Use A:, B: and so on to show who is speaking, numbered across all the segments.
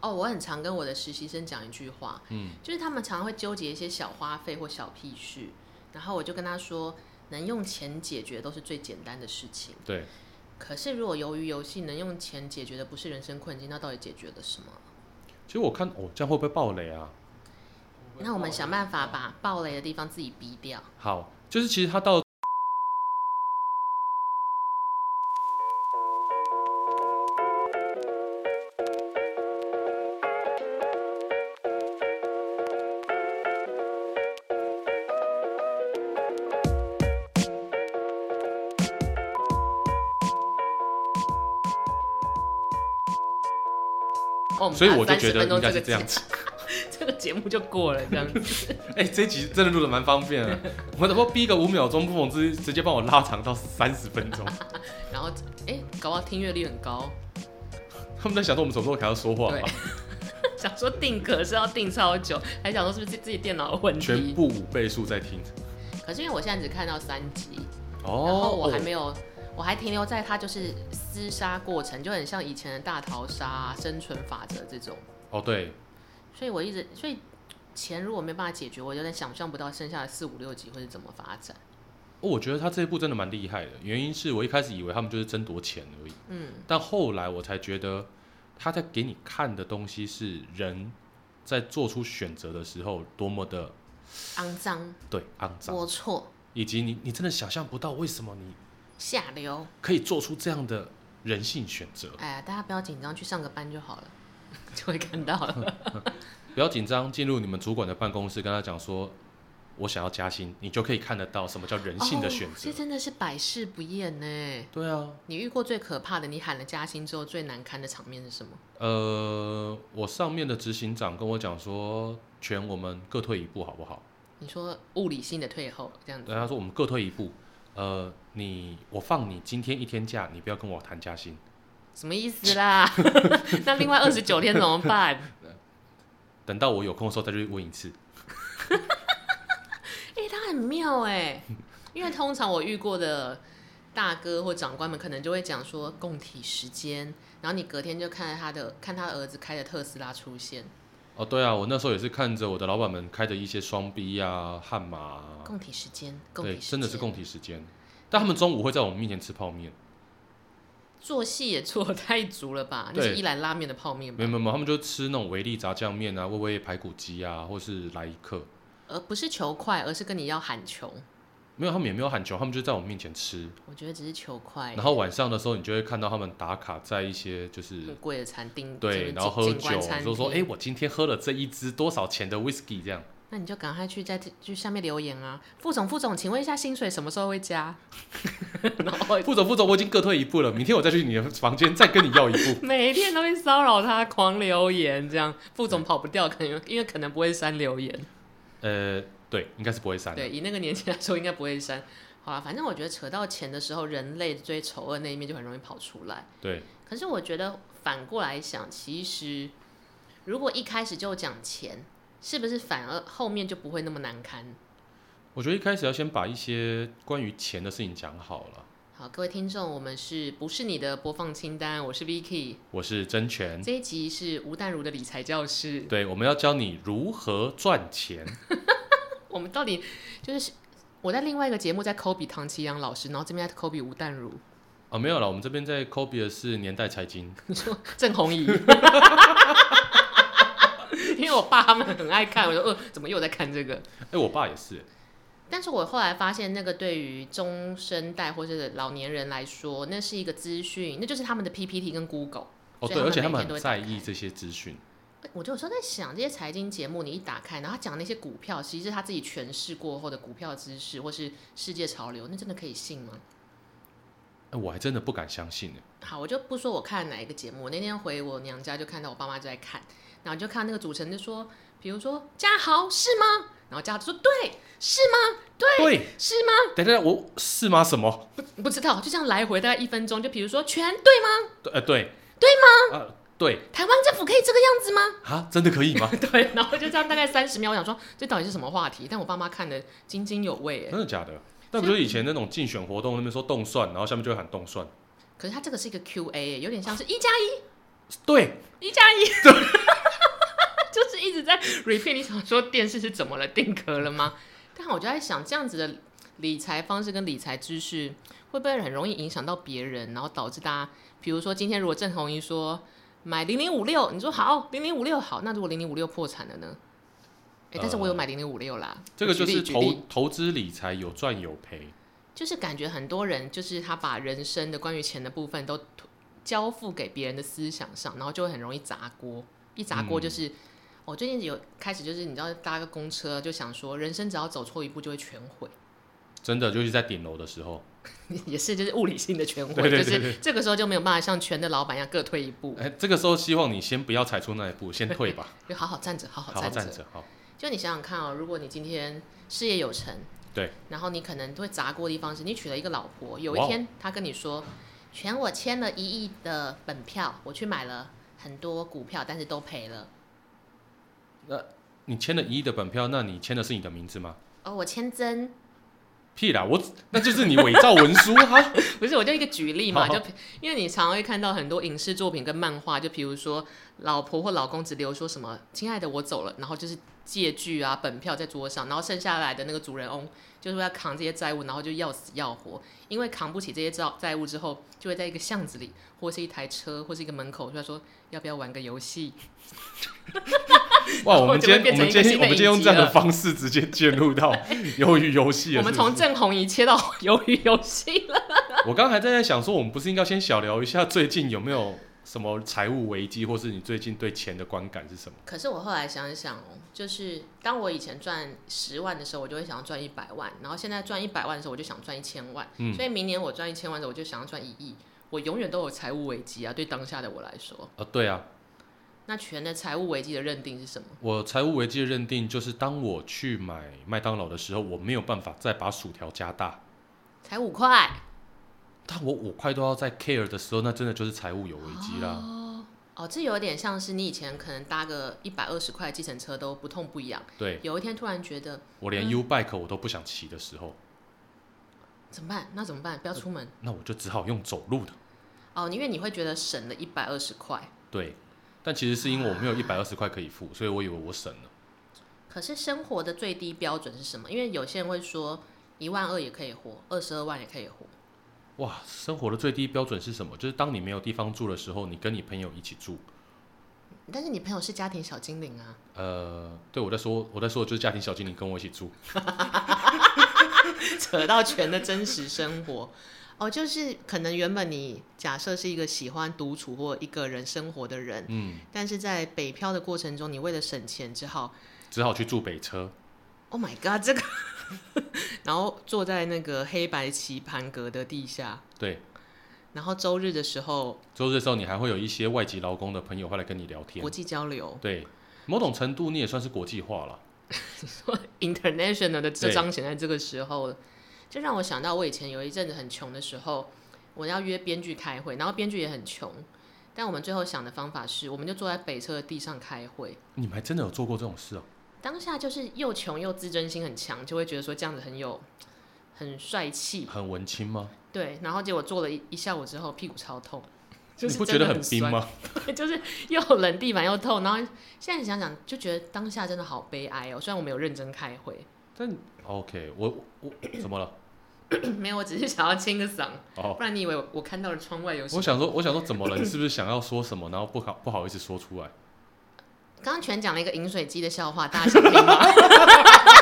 A: 哦，我很常跟我的实习生讲一句话，嗯，就是他们常会纠结一些小花费或小屁事，然后我就跟他说，能用钱解决都是最简单的事情。
B: 对，
A: 可是如果由于游戏能用钱解决的不是人生困境，那到底解决了什么？
B: 其实我看哦，这样会不会爆雷啊？
A: 那我们想办法把暴雷的地方自己逼掉。
B: 好，就是其实他到
A: 哦，们
B: 所以
A: 把
B: 我就觉
A: 30
B: 得
A: 分钟
B: 应该
A: 这
B: 是
A: 个
B: 这样
A: 节 这个节目就过了，这样子。
B: 哎、这一集真的录的蛮方便的，我们怎么逼个五秒钟，不妨直直接帮我拉长到三十分 钟。
A: 然后，哎，搞不好听阅率很高。
B: 他们在想说我们什么时候开始说话吧，
A: 想说定格是要定超久，还想说是不是自己自己电脑有问
B: 全
A: 题。
B: 部五倍数在听。
A: 可是因为我现在只看到三集，然
B: 哦
A: 后，我还没有，我还停留在它就是厮杀过程，就很像以前的大逃杀啊、生存法则这种。
B: 哦，对，
A: 所以我一直，所以钱如果没办法解决，我有点想象不到剩下的四五六集会是怎么发展。
B: 哦我觉得他这一部真的蛮厉害的，原因是我一开始以为他们就是争夺钱而已，
A: 嗯，
B: 但后来我才觉得他在给你看的东西是人在做出选择的时候多么的
A: 肮脏、
B: 对肮脏，
A: 龌龊、
B: 以及你你真的想象不到为什么你
A: 下流。
B: 可以做出这样的人性选择。
A: 哎呀，大家不要紧张，去上个班就 好了，就会看到了。
B: 不要紧张，进入你们主管的办公室，跟他讲说，我想要加薪，你就可以看得到什么叫人性的选
A: 哦
B: 择。
A: 这真的是百试不厌呢。
B: 对啊，
A: 你遇过最可怕的，你喊了加薪之后最难堪的场面是什么？
B: 呃，我上面的执行长跟我讲说，全我们各退一步好不好？
A: 你说物理性的退后这样子，
B: 然后他说我们各退一步，呃，你我放你今天一天假，你不要跟我谈加薪。
A: 什么意思啦？ 那另外二十九天怎么办？
B: 等到我有空的时候再去问一次。
A: 哎、他很妙哎、因为通常我遇过的大哥或长官们可能就会讲说供体时间，然后你隔天就看着他的看他儿子开的特斯拉出现，
B: 哦，对啊，我那时候也是看着我的老板们开的一些双 B 啊、悍马、啊，
A: 供体时间，供体
B: 对，
A: 时间，
B: 真的是供体时间。但他们中午会在我们面前吃泡面。
A: 做戏也做得太足了吧？那是
B: 对
A: 一兰拉面的泡面
B: 没
A: 吧
B: 有，没有没有，他们就吃那种维力炸酱面啊、味味排骨鸡啊，或是来一客。
A: 而不是求快，而是跟你要喊穷。
B: 没有，他们也没有喊穷，他们就在我们面前吃。
A: 我觉得只是求快，
B: 然后晚上的时候，你就会看到他们打卡在一些就是
A: 很贵的餐厅，
B: 对，
A: 嗯就是
B: 然后喝
A: 景
B: 酒
A: 观餐，
B: 就说哎、
A: 厅
B: 诶我今天喝了这一支多少钱的 whisky 这样。
A: 那你就赶快去在去下面留言啊，副总副总，请问一下薪水什么时候会加？然后
B: 副总副总，我已经各退一步了，明天我再去你的房间再跟你要一步。
A: 每天都会骚扰他，狂留言这样，副总跑不掉，可能因为可能不会删留言，
B: 呃，对，应该是不会删的。
A: 对，以那个年纪来说，应该不会删。好啊啦，反正我觉得扯到钱的时候，人类最丑恶那一面就很容易跑出来。
B: 对
A: 可是我觉得反过来想，其实如果一开始就讲钱，是不是反而后面就不会那么难堪？
B: 我觉得一开始要先把一些关于钱的事情讲好了。
A: 好，各位听众，我们是不是你的播放清单？我是 Vicky，
B: 我是真权，
A: 这一集是吴淡如的理财教室。
B: 对，我们要教你如何赚钱。
A: 我们到底就是我在另外一个节目在 Kobe 唐奇阳老师，然后这边在 Kobe 吴淡如，
B: 啊，没有了，我们这边在 copy 的是年代财经，
A: 你说郑红怡， 因为我爸他们很爱看，我说呃，怎么又在看这个？
B: 哎、我爸也是，
A: 但是我后来发现，那个对于中生代或是老年人来说，那是一个资讯，那就是他们的 PPT 跟 Google。
B: 哦
A: 所以
B: 对，
A: 他们
B: 而且他
A: 每
B: 们
A: 天都会
B: 很在
A: 打开
B: 意这些资讯，
A: 我就有时候在想，这些财经节目你一打开，然后他讲那些股票，其实是他自己诠释过后的股票知识或是世界潮流，那真的可以信吗？
B: 哎、我还真的不敢相信呢。
A: 好，我就不说我看哪一个节目。我那天回我娘家就看到我爸妈就在看，然后就看那个主持人就说，比如说嘉豪是吗？然后嘉豪就说对，是吗？
B: 对，
A: 是吗？
B: 等一下我是吗？什么？
A: 不不知道，就这样来回大概一分钟。就比如说全对吗？
B: 对，呃，对，对吗？啊、对
A: 台湾政府可以这个样子吗？
B: 啊，真的可以吗？
A: 对，然后就这样大概三十秒。我想说这到底是什么话题？但我爸妈看得津津有味。哎，
B: 真的假的？那不就是以前那种竞选活动那边说动算，然后下面就会喊动算，
A: 可是他这个是一个 Q A，有点像是一加一，
B: 对，
A: 一加一。 repeat，你想说电视是怎么了，定格了吗？但我就在想，这样子的理财方式跟理财知识，会不会很容易影响到别人，然后导致大家，比如说今天如果郑红一说买零零五六，你说好，零零五六好，那如果零零五六破产了呢？哎、但是我有买零零五六啦，
B: 呃这个
A: 举
B: 就
A: 例
B: 是
A: 举
B: 投
A: 例
B: 投资理财有赚有赔，
A: 就是感觉很多人就是他把人生的关于钱的部分都推交付给别人的思想上，然后就会很容易砸锅。一砸
B: 嗯
A: 锅就是，我、最近有开始就是你知道搭个公车就想说，人生只要走错一步就会全毁，
B: 真的就是在顶楼的时候，
A: 也是就是物理性的全毁，
B: 对对对
A: 就
B: 对
A: 是这个时候就没有办法像全的老板一样各退一步，
B: 哎，这个时候希望你先不要踩出那一步，先退吧，
A: 就好好站着，好 好
B: 好好
A: 站着。
B: 站着，好，
A: 就你想想看哦，如果你今天事业有成，
B: 对，
A: 然后你可能会砸锅的地方是，你娶了一个老婆，有一
B: 哇哦
A: 天她跟你说，全我签了一亿的本票，我去买了很多股票，但是都赔了。
B: 你签了一亿的本票，那你签的是你的名字吗？
A: 哦，我签真，
B: 屁啦，我那就是你伪造文书 啊哈，
A: 不是，我就一个举例嘛，
B: 好
A: 就因为你常会看到很多影视作品跟漫画，就比如说老婆或老公只留说什么“亲爱的，我走了”，然后就是借据啊、本票在桌上，然后剩下来的那个主人翁就是要扛这些债务，然后就要死要活，因为扛不起这些债债务之后，就会在一个巷子里，或是一台车，或是一个门口，就说要不要玩个游戏？
B: 哇，我们今
A: 我
B: 天
A: 怎么变
B: 我们
A: 成
B: 今
A: 一个新的
B: 天我们今天用
A: 影集
B: 这样的
A: 了
B: 方式直接进 入到鱿鱼游戏了，
A: 我们
B: 是不是
A: 从郑红怡切到 鱿鱼游戏了。
B: 我刚才正在想说，我们不是应该先小聊一下最近有没有什么财务危机，或是你最近对钱的观感是什么？
A: 可是我后来想一想哦，就是当我以前赚十万的时候，我就会想要赚一百万，然后现在赚一百万的时候，我就想赚一千万，
B: 嗯
A: 所以明年我赚一千万的时候，我就想要赚一亿。我永远都有财务危机啊，对当下的我来说，
B: 呃，对啊，
A: 那全的财务危机的认定是什么？
B: 我财务危机的认定就是，当我去买麦当劳的时候，我没有办法再把薯条加大，
A: 才五块，
B: 但我五块都要在 care 的时候，那真的就是财务有危机啦。
A: 哦哦，这有点像是你以前可能搭个一百二十块的计程车都不痛不痒，
B: 对
A: 有一天突然觉得
B: 我连
A: 嗯
B: U bike 我都不想骑的时候，
A: 怎么办？那怎么办？不要出门
B: 那我就只好用走路的。
A: 哦，因为你会觉得省了一百二十块，
B: 对，但其实是因为我没有一百二十块可以付，所以我以为我省了。
A: 可是生活的最低标准是什么？因为有些人会说一万二也可以活，二十二万也可以活。
B: 哇，啊生活的最低标准是什么？就是当你没有地方住的时候，你跟你朋友一起住。
A: 但是你朋友是家庭小精灵啊，
B: 呃，对我在说，我在说的就是家庭小精灵跟我一起住。
A: 扯到全的真实生活。 哦，就是可能原本你假设是一个喜欢独处或一个人生活的人，
B: 嗯，
A: 但是在北漂的过程中，你为了省钱，只好
B: 只好去住北车。
A: Oh my God，这个， 然后坐在那个黑白棋盘格的地下，
B: 对，
A: 然后周日的时候
B: 周日的时候你还会有一些外籍劳工的朋友会来跟你聊天
A: 国。际交流
B: 对，某种程度你也算是国际化了。
A: international 的这
B: 对
A: 彰显在这个时候了，就让我想到我以前有一阵子很穷的时候，我要约编剧开会，然后编剧也很穷，但我们最后想的方法是，我们就坐在北侧的地上开会。
B: 你们还真的有做过这种事哦、
A: 当下就是又穷又自尊心很强，就会觉得说这样子很有很帅气，
B: 很文青吗？
A: 对。然后结果坐了一一下午之后，屁股超痛，就
B: 你
A: 是
B: 不觉
A: 真的
B: 得很
A: 酸
B: 冰吗？
A: 就是又冷地板又痛，然后现在想想就觉得当下真的好悲哀哦。虽然我没有认真开会，
B: 但 OK，我我怎么了？
A: 没有，我只是想要清个嗓，
B: 哦，
A: 不然你以为我我看到了窗外有什
B: 我
A: 么？
B: 想说，我想说怎么了？你是不是想要说什么，然后不好不好意思说出来？
A: 刚刚全讲了一个饮水机的笑话，大家想听吗？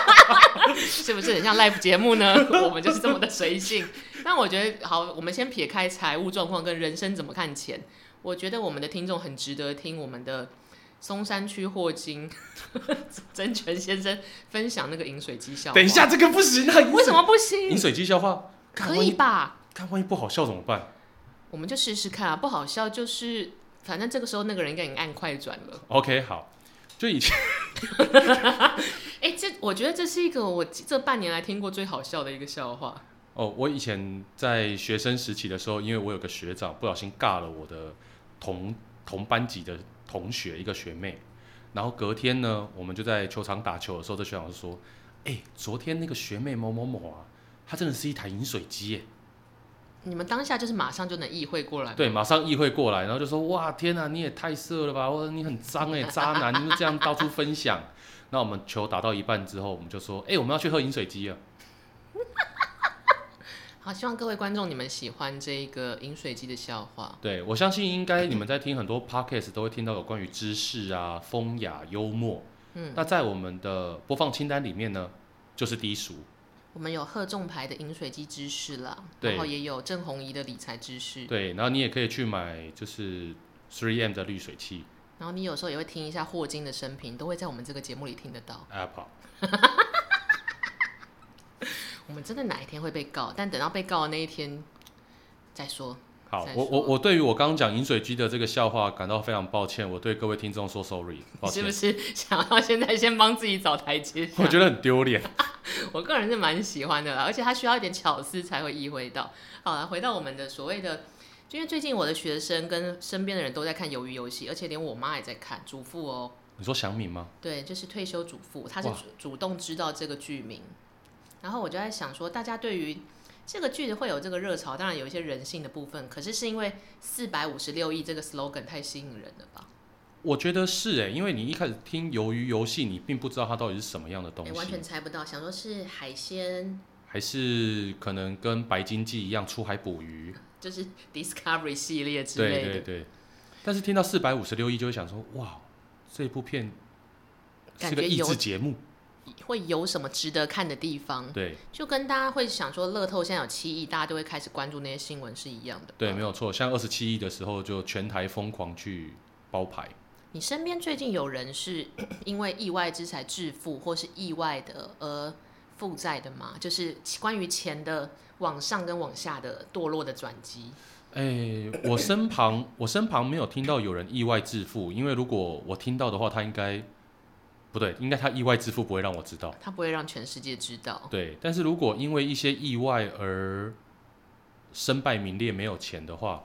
A: 是不是很像 live 节目呢？ 我们就是这么的随性。但我觉得好，我们先撇开财务状况跟人生怎么看钱，我觉得我们的听众很值得听我们的松山区霍金 曾权先生分享那个饮水机笑话。
B: 等一，下，这个不行啊！饮水
A: 为什么不
B: 饮
A: 行？
B: 水机消化？看
A: 可
B: 万
A: 以
B: 一
A: 吧？
B: 看万一不好笑怎么办？
A: 我们就试试看啊，不好笑就是，反正这个时候那个人应该已经按快转了。
B: OK，好，就以前
A: 哎、这我觉得这是一个我这半年来听过最好笑的一个笑话。
B: 哦，我以前在学生时期的时候，因为我有个学长不小心尬了我的同同班级的同学一个学妹，然后隔天呢，我们就在球场打球的时候，这学长就说：“哎、昨天那个学妹某某某啊，她真的是一台饮水机耶。”
A: 你们当下就是马上就能意会过来吗，
B: 对，马上意会过来，然后就说哇天啊，你也太色了吧，或者你很脏 哎、渣男，你就这样到处分享。那我们球打到一半之后，我们就说，哎、我们要去喝饮水机啊。
A: 好，希望各位观众你们喜欢这一个饮水机的笑话。
B: 对，我相信应该你们在听很多 podcast 都会听到有关于知识啊、风雅、幽默。
A: 嗯，
B: 那在我们的播放清单里面呢，就是低俗。
A: 我们有贺仲牌的饮水机知识啦，
B: 对
A: 然后也有郑红怡的理财知识，
B: 对，然后你也可以去买就是 3M 的滤水器
A: 然后你有时候也会听一下霍金的生平，都会在我们这个节目里听得到。
B: Apple。
A: 我们真的哪一天会被告，但等到被告的那一天再说。
B: 好
A: 再，
B: 我
A: 说
B: 我我对于我刚刚讲饮水机的这个笑话感到非常抱歉，我对各位听众说 sorry，抱
A: 你是
B: 歉
A: 不，是 想要现在先帮自己找台阶下？
B: 我觉得很丢脸。
A: 我个人是蛮喜欢的啦，而且它需要一点巧思才会意会到。好了，回到我们的所谓的，因为最近我的学生跟身边的人都在看《鱿鱼游戏》，而且连我妈也在看，主妇哦，
B: 你说祥敏吗？
A: 对，就是退休主妇，她是
B: 哇
A: 主主动知道这个剧名，然后我就在想说，大家对于这个剧会有这个热潮，当然有一些人性的部分，可是是因为四百五十六亿这个 slogan 太吸引人了吧？
B: 我觉得是诶，因为你一开始听鱿鱼游戏，你并不知道它到底是什么样的东
A: 哎、完
B: 西
A: 全，猜不到，想说是海鲜，
B: 还是可能跟白金记一样出海捕鱼，
A: 就是 Discovery 系列之类
B: 对
A: 的。
B: 对对。但是听到四百五十六亿，就会想说，哇，这部片是
A: 感
B: 个
A: 觉
B: 益
A: 有
B: 智节目，
A: 会有什么值得看的地方？
B: 对
A: 就跟大家会想说，乐透现在有七亿，大家就会开始关注那些新闻是一样的。
B: 对，，没有错。像二十七亿的时候，就全台疯狂去包牌。
A: 你身边最近有人是 因为意外之财致富，或是意外的而负债的吗？就是关于钱的往上跟往下的堕落的转机。
B: 哎、我身旁我身旁没有听到有人意外致富，因为如果我听到的话，他应该不对，应该他意外致富不会让我知道。
A: 他不会让全世界知道，
B: 对，但是如果因为一些意外而身败名裂没有钱的话，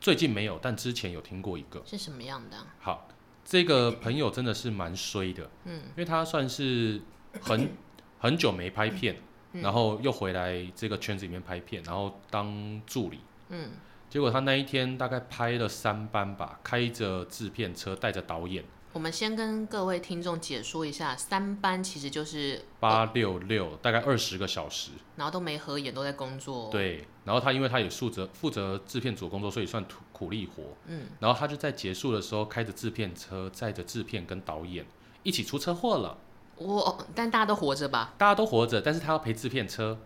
B: 最近没有，但之前有听过一个。
A: 是什么样的啊、
B: 好，这个朋友真的是蛮衰的，
A: 嗯，
B: 因为他算是 很很久没拍片，
A: 嗯
B: 然后又回来这个圈子里面拍片，然后当助理。
A: 嗯，
B: 结果他那一天大概拍了三班吧，开着制片车，带着导演
A: 我们先跟各位听众解说一下，三班其实就是，
B: 八六六，大概二十个小时。
A: 然后都没合眼，都在工作、，
B: 对，然后他因为他也负责负责制片组工作，所以算苦苦力活。
A: 嗯，
B: 然后他就在结束的时候开着制片车，载着制片跟导演一起出车祸了。
A: 我但大家都活着吧。
B: 大家都活着，但是他要赔制片车。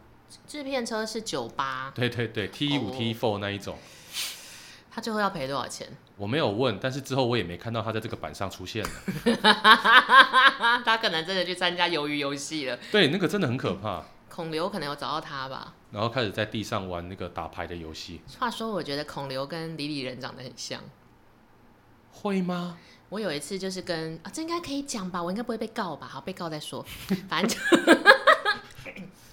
A: 制片车是九八，
B: 对对对，T 五
A: 哦
B: T four 那一种，
A: 他最后要赔多少钱？
B: 我没有问，但是之后我也没看到他在这个版上出现了。
A: 啊他可能真的去参加鱿鱼游戏了。
B: 对，那个真的很可怕。
A: 孔刘可能有找到他吧。
B: 然后开始在地上玩那个打牌的游戏，
A: 话说，我觉得孔刘跟李李仁长得很像。
B: 会吗？
A: 我有一次就是跟啊，这应该可以讲吧，我应该不会被告吧？好，被告再 说。反正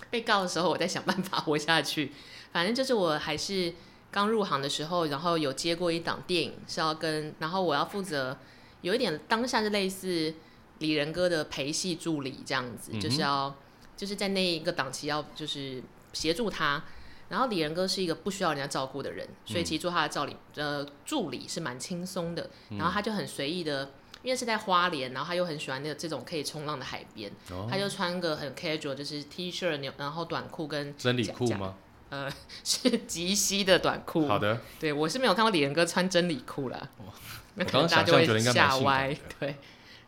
A: 被告的时候，我在想办法活下去。反正就是我还是刚入行的时候，然后有接过一档电影是要跟，然后我要负责有一点当下是类似李仁哥的陪戏助理这样子，
B: 嗯哼
A: 就是要就是在那一个档期要就是协助他。然后李仁哥是一个不需要人家照顾的人，所
B: 嗯
A: 以其实做他的照理、呃助理是蛮轻松的。然
B: 嗯
A: 后他就很随意的，因为是在花莲，然后他又很喜欢那个这种可以冲浪的海边，
B: 哦
A: 他就穿个很 casual，就是 T 恤、牛然后短裤跟
B: 真理
A: 假
B: 裤
A: 假
B: 吗？
A: 呃是及膝的短裤。
B: 好的，
A: 对我是没有看过李仁哥穿真理裤啦， 那
B: 哦我
A: 可能
B: 刚刚
A: 大家
B: 想
A: 就
B: 象觉得
A: 会
B: 应该蛮
A: 吓
B: 性感
A: 歪
B: 的。
A: 对，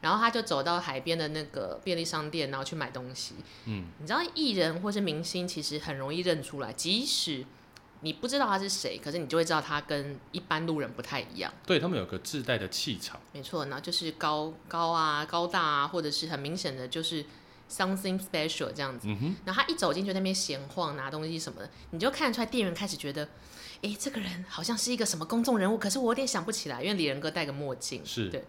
A: 然后他就走到海边的那个便利商店，然后去买东西。
B: 嗯，
A: 你知道艺人或是明星其实很容易认出来，即使你不知道他是谁，可是你就会知道他跟一般路人不太一样。
B: 对他们有个自带的气场，
A: 没错，然后就是高高啊、高大啊，或者是很明显的就是 something special 这样子。
B: 嗯哼，
A: 然后他一走进去那边闲晃拿东西什么的，你就看得出来店员开始觉得，诶，这个人好像是一个什么公众人物，可是我有点想不起来，因为李仁哥戴个墨镜，
B: 是
A: 对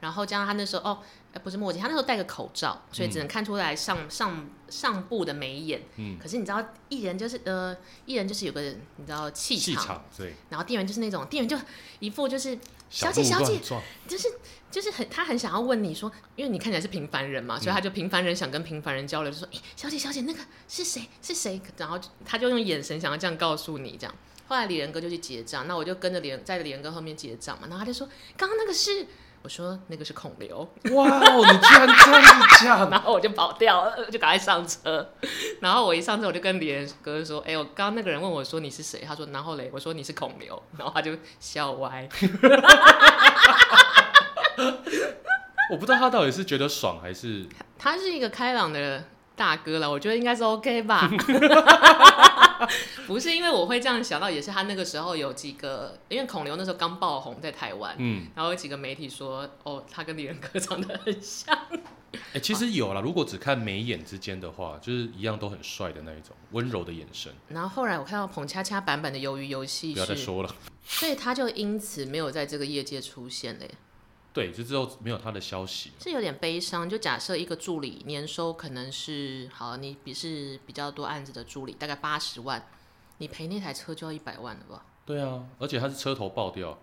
A: 然后加上他那时候哦、呃不是墨镜，他那时候戴个口罩，所以只能看出来上、上上部的眉眼。
B: 嗯，
A: 可是你知道艺人就是呃艺人就是有个你知道气
B: 气场对，
A: 然后店员就是那种店员就一副就是小姐
B: 鹿
A: 小
B: 乱
A: 姐
B: 撞
A: 就是就是很他很想要问你说，因为你看起来是平凡人嘛，所以他就平凡人想跟平凡人交流，就说：“哎、小姐小姐，那个是谁是谁？”然后就他就用眼神想要这样告诉你这样。后来李仁哥就去结账，那我就跟着李仁在李仁哥后面结账嘛，然后他就说：“刚刚那个是……”我说：“那个是孔刘。”
B: 哇哦，你居然这样子 讲，
A: 然后我就跑掉了，就赶快上车。然后我一上车，我就跟李仁哥说：“哎、我刚刚那个人问我说你是谁？”他说：“然后嘞，我说你是孔刘。”然后他就笑歪。
B: 我不知道他到底是觉得爽还 是
A: 他是一个开朗的大哥了，我觉得应该是 OK 吧。 不是因为我会这样想到，也是他那个时候有几个，因为孔刘那时候刚爆红在台湾，
B: 嗯，
A: 然后有几个媒体说，哦，他跟李仁哥长得很像。
B: 哎、其实有啦，如果只看眉眼之间的话，就是一样都很帅的那一种，温柔的眼神。
A: 然后后来我看到彭恰恰版本的《鱿鱼游戏
B: 不要》再
A: 是，
B: 说了，
A: 所以他就因此没有在这个业界出现嘞，
B: 对，就之后没有他的消息。
A: 是有点悲伤。就假设一个助理年收可能是好，你比是比较多案子的助理，大概八十万，你赔那台车就要一百万了吧？
B: 对啊，而且他是车头爆掉，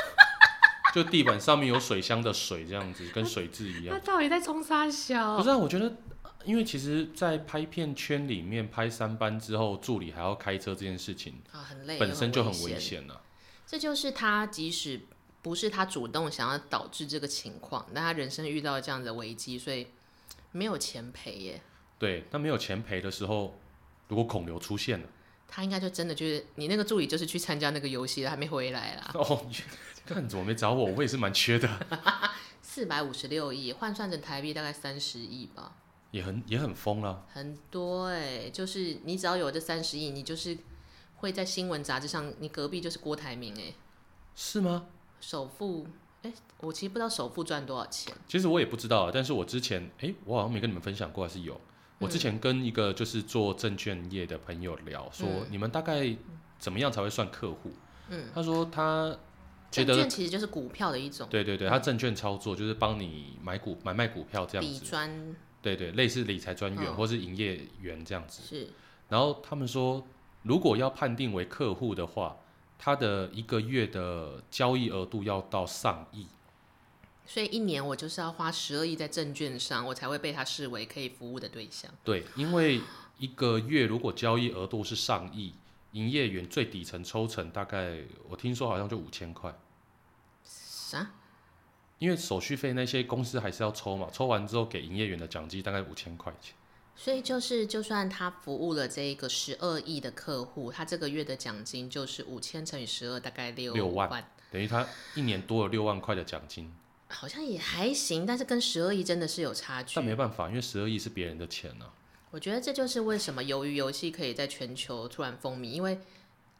B: 就地板上面有水箱的水这样子，跟水渍一
A: 他。
B: 样
A: 到底在冲啥小？
B: 不是啊，我觉得，因为其实，在拍片圈里面拍三班之后，助理还要开车这件事情，
A: 啊，很累，
B: 本身就很危
A: 危。
B: 险啊了、
A: 这就是他即使不是他主动想要导致这个情况，但他人生遇到这样的危机，所以没有钱赔耶。
B: 对，那没有钱赔的时候，如果孔刘出现了，
A: 他应该就真的就是你那个助理，就是去参加那个游戏的，还没回来啦。
B: 哦，看怎么没找我，我也是蛮缺的，
A: 四百五十六亿换算成台币大概三十亿吧，
B: 也很也很疯啊啦、
A: 很多哎、就是你只要有这三十亿，你就是会在新闻杂志上，你隔壁就是郭台铭哎、
B: 是吗？
A: 首富哎、我其实不知道首富赚多少钱。
B: 其实我也不知道啊，但是我之前，哎、我好像没跟你们分享过，还
A: 嗯
B: 是有。我之前跟一个就是做证券业的朋友聊，说
A: 嗯
B: 你们大概怎么样才会算客户？
A: 嗯，
B: 他说他觉
A: 证
B: 得，
A: 券其实就是股票的一种
B: 对对对，他证券操作就是帮你买股买卖股票这样
A: 底
B: 子，
A: 专
B: 对对，类似理财专员
A: 嗯
B: 或是营业员这样子。
A: 是
B: 然后他们说，如果要判定为客户的话，他的一个月的交易额度要到上亿。
A: 所以一年我就是要花十二亿在证券上，我才会被他视为可以服务的对象。
B: 对，因为一个月如果交易额度是上亿，营业员最底层抽成大概我听说好像就五千块，
A: 啥？
B: 因为手续费那些公司还是要抽嘛，抽完之后给营业员的奖金大概五千块钱。
A: 所以就是，就算他服务了这一个十二亿的客户，他这个月的奖金就是五千乘以十二，大概六
B: 六万
A: 万，
B: 等于他一年多了六万块的奖金，
A: 好像也还行，但是跟十二亿真的是有差距
B: 但。没办法，因为十二亿是别人的钱啊。
A: 我觉得这就是为什么鱿鱼游戏可以在全球突然风靡，因为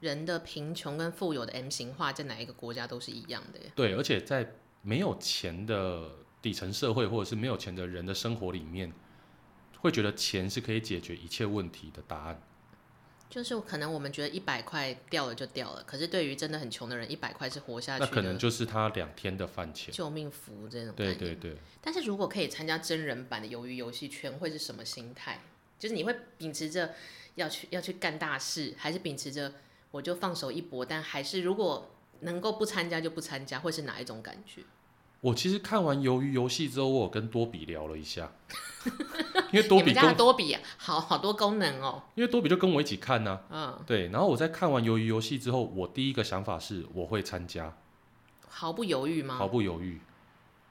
A: 人的贫穷跟富有的 M 型化在哪一个国家都是一样的耶。
B: 对，而且在没有钱的底层社会或者是没有钱的人的生活里面，会觉得钱是可以解决一切问题的答案。
A: 就是可能我们觉得一百块掉了就掉了，可是对于真的很穷的人，一百块是活下去
B: 那
A: 的。
B: 可能就是他两天的饭钱。
A: 救命符这种概
B: 对
A: 念。
B: 对对。
A: 但是如果可以参加真人版的鱿鱼游戏圈，会是什么心态？就是你会秉持着要去要去干大事，还是秉持着我就放手一搏？但还是如果能够不参加就不参加，会是哪一种感觉？
B: 我其实看完《鱿鱼游戏》之后，我有跟多比聊了一下，因为多
A: 你们
B: 比
A: 家的
B: 跟
A: 多比、啊、好好多功能哦，
B: 因为多比就跟我一起看呢、
A: 嗯，
B: 对，然后我在看完《鱿鱼游戏》之后，我第一个想法是我会参加，
A: 毫不犹豫吗？
B: 毫不犹豫。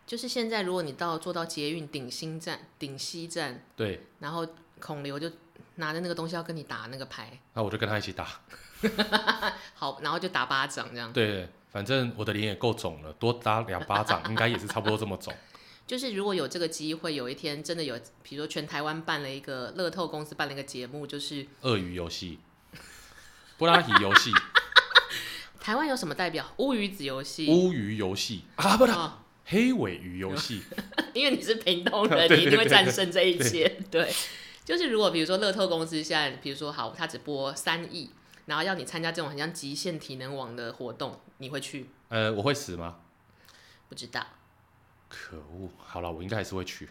A: 就是现在，如果你到坐到捷运顶新站、顶西站，
B: 对，
A: 然后孔刘就拿着那个东西要跟你打那个牌，
B: 那我就跟他一起打。
A: 好，然后就打巴掌这样。
B: 对，反正我的脸也够肿了，多打两巴掌应该也是差不多这么肿。
A: 就是如果有这个机会，有一天真的有，比如说全台湾办了一个乐透公司办了一个节目，就是
B: 鳄鱼游戏、布拉提游戏、
A: 台湾有什么代表乌鱼子游戏
B: 乌鱼游戏啊，不是
A: 啊
B: 黑尾鱼游戏。
A: 因为你是屏东
B: 对
A: 人，
B: 对
A: 你一定会
B: 对
A: 战胜这一切。 对，就是如果比如说乐透公司现在，比如说好，它只播三亿，然后要你参加这种很像极限体能网的活动，你会去？
B: 呃，我会死吗？
A: 不知道，
B: 可恶！好了，我应该还是会去。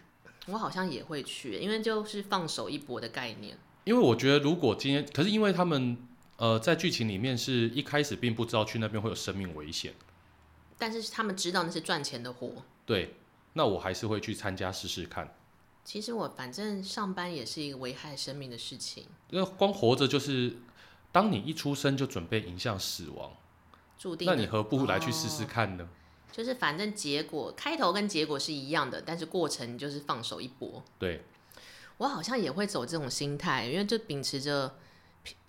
A: 我好像也会去，因为就是放手一搏的概念。
B: 因为我觉得，如果今天，可是因为他们呃，在剧情里面是一开始并不知道去那边会有生命危险，
A: 但是他们知道那是赚钱的活。
B: 对，那我还是会去参加试试看。
A: 其实我反正上班也是一个危害生命的事情，
B: 因为光活着就是，当你一出生就准备迎向死
A: 哦
B: 亡，
A: 注定
B: 那
A: 的
B: 你何不来去试试看呢？
A: 就是反正结果开头跟结果是一样的，但是过程就是放手一搏。
B: 对，
A: 我好像也会走这种心态，因为就秉持着，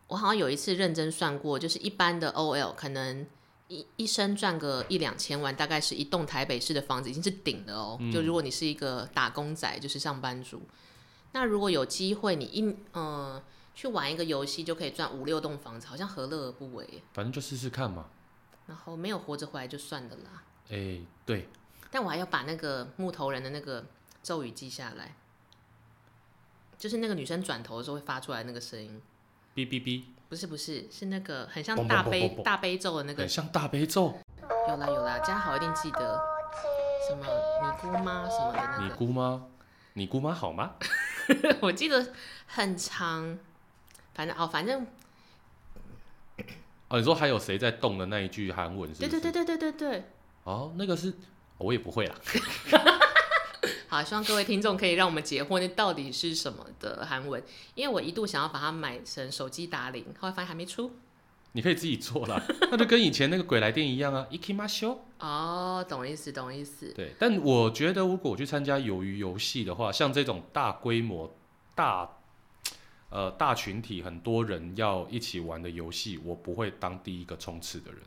A: 我好像有一次认真算过，就是一般的 OL 可能一一生赚个一两千万，大概是一栋台北市的房子已经是顶了哦。就如果你是一个打工仔，就是上班族，那如果有机会你一呃去玩一个游戏就可以赚五六栋房子，好像何乐而不为？
B: 反正就试试看嘛。
A: 然后没有活着回来就算了啦。
B: 哎、对，
A: 但我还要把那个木头人的那个咒语记下来，就是那个女生转头的时候会发出来那个声音，
B: 哔哔哔，
A: 不是不是，是那个很像
B: 嘣嘣
A: 大
B: 嘣
A: 悲
B: 嘣嘣
A: 大悲咒的那个
B: 很，像大悲咒。
A: 有啦有啦，嘉豪一定记得什么你姑妈什么的那
B: 你
A: 个，
B: 姑 妈，你姑妈好吗？
A: 我记得很长，反正哦反正
B: 哦，你说还有谁在动的那一句韩文是不
A: 对
B: 是？
A: 对对对对对对，
B: 哦，那个是我也不会啦。
A: 好，希望各位听众可以让我们解惑，那到底是什么的韩文？因为我一度想要把它买成手机打铃，后来发现还没出。
B: 你可以自己做 啦，那就跟以前那个鬼来电一样啊，ikimasho。
A: 哦，懂意思，懂意思。
B: 对，但我觉得如果我去参加鱿鱼游戏的话，像这种大规模、大呃大群体很多人要一起玩的游戏，我不会当第一个冲刺的人，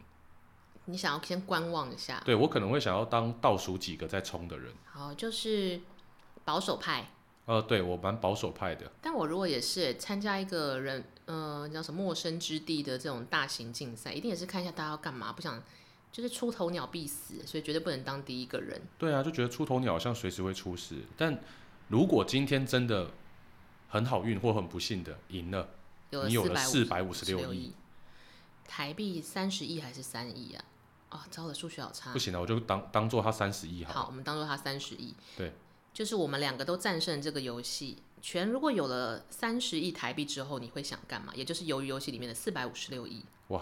A: 你想要先观望一下，
B: 对我可能会想要当倒数几个在冲的人。
A: 好，就是保守派。
B: 呃，对我蛮保守派的，
A: 但我如果也是参加一个人，呃，叫什么陌生之地的这种大型竞赛，一定也是看一下大家要干嘛，不想就是出头鸟必死，所以绝对不能当第一个人。
B: 对啊，就觉得出头鸟好像随时会出事。但如果今天真的很好运或很不幸的赢了，
A: 有
B: 你有了
A: 四百
B: 456亿
A: 亿，台币三十亿还是三亿啊？哦，糟了，数学好差
B: 不。行了，我就当当做他三十亿好了。
A: 好，我们当做它三十亿。
B: 对，
A: 就是我们两个都战胜这个游戏。全如果有了三十亿台币之后，你会想干嘛？也就是由于游戏里面的四百五十六亿。
B: 哇，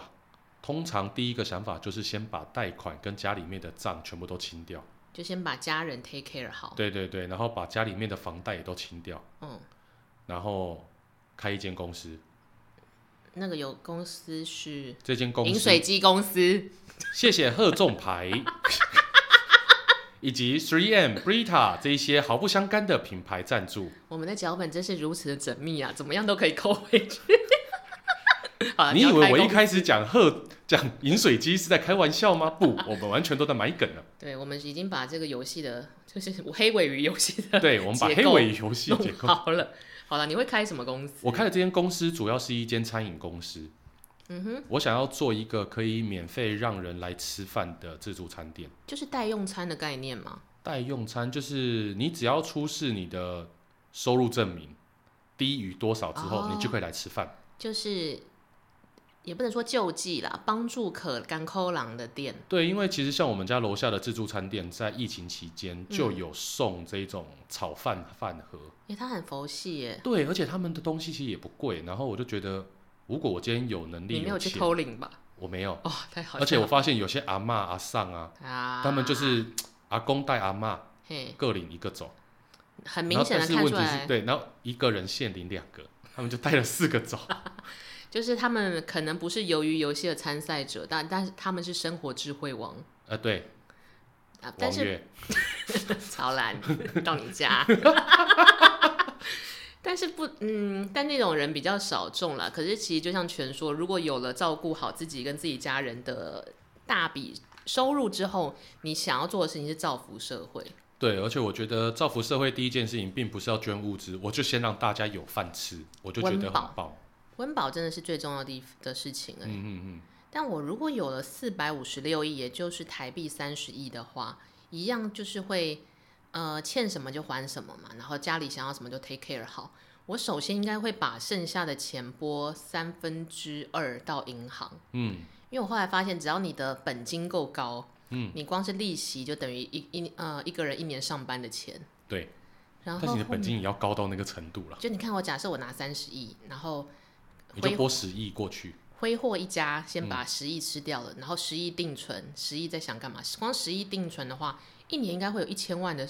B: 通常第一个想法就是先把贷款跟家里面的账全部都清掉。
A: 就先把家人 take care 好。
B: 对对对，然后把家里面的房贷也都清掉，
A: 嗯，
B: 然后开一间公司。
A: 那个有公司是
B: 这间公
A: 饮
B: 司，
A: 水机公司，
B: 谢谢贺仲牌，以及 3M、Brita 这一些毫不相干的品牌赞助。
A: 我们的脚本真是如此的缜密啊，怎么样都可以扣回去。 好啦
B: 你以
A: 啊要
B: 为
A: 开
B: 我一
A: 工
B: 开始讲贺讲饮水机是在开玩笑吗？不，我们完全都在埋梗了。
A: 对，我们已经把这个游戏的，就是黑尾鱼游戏的
B: 对，我们把
A: 结
B: 黑
A: 构
B: 尾游戏结
A: 弄
B: 构。
A: 好了。好了，你会开什么公司？
B: 我开的这间公司主要是一间餐饮公司。
A: 嗯哼，
B: 我想要做一个可以免费让人来吃饭的自助餐店，
A: 就是代用餐的概念嘛。
B: 代用餐就是你只要出示你的收入证明低于多少之后，
A: 哦
B: 你就可以来吃饭。
A: 就是也不能说救济啦，帮助可干抠狼的店。
B: 对，因为其实像我们家楼下的自助餐店，在疫情期间
A: 嗯
B: 就有送这种炒饭饭盒，
A: 因为它很佛系耶，
B: 对，而且他们的东西其实也不贵。然后我就觉得，如果我今天有能
A: 你
B: 力
A: 没有去
B: 钱，
A: 偷领吧？
B: 我没有，
A: 哦，太好了。
B: 而且我发现有些阿嬷阿丧啊，
A: 啊，
B: 他们就是阿公带阿嬷
A: 嘿，
B: 各领一个走。
A: 很
B: 然
A: 明
B: 后
A: 显的
B: 但是
A: 看
B: 问
A: 出
B: 题是
A: 来，
B: 对，然后一个人限领两个，他们就带了四个 走。
A: 就是他们可能不是鱿鱼游戏的参赛者，但但是他们是生活智慧王
B: 呃，对，
A: 啊。但
B: 王
A: 是
B: 月，
A: 曹兰到你家， 但是不嗯，但那种人比较少众啦。可是其实就像全说，如果有了照顾好自己跟自己家人的大笔收入之后，你想要做的事情是造福社会。
B: 对，而且我觉得造福社会第一件事情，并不是要捐物资，我就先让大家有饭吃，我就觉得
A: 温
B: 很
A: 饱
B: 棒。
A: 温饱真的是最重要的的事情哎、
B: 嗯嗯嗯，
A: 但我如果有了四百五十六亿，也就是台币三十亿的话，一样就是会呃欠什么就还什么嘛，然后家里想要什么就 take care 好。我首先应该会把剩下的钱拨三分之二到银行，
B: 嗯，
A: 因为我后来发现，只要你的本金够高，嗯，你光是利息就等于一一呃一个人一年上班的钱。
B: 对。
A: 然
B: 但是
A: 后
B: 你的
A: 后
B: 本
A: 面
B: 金也要高到那个程度了，
A: 就你看，我假设我拿三十亿，然后
B: 你就
A: 挥
B: 拨十亿过去。
A: 挥霍一家先
B: 嗯
A: 把十亿吃掉了，然后十亿定存，十亿在想干嘛？光十亿定存的话，一年应该会有一千万的，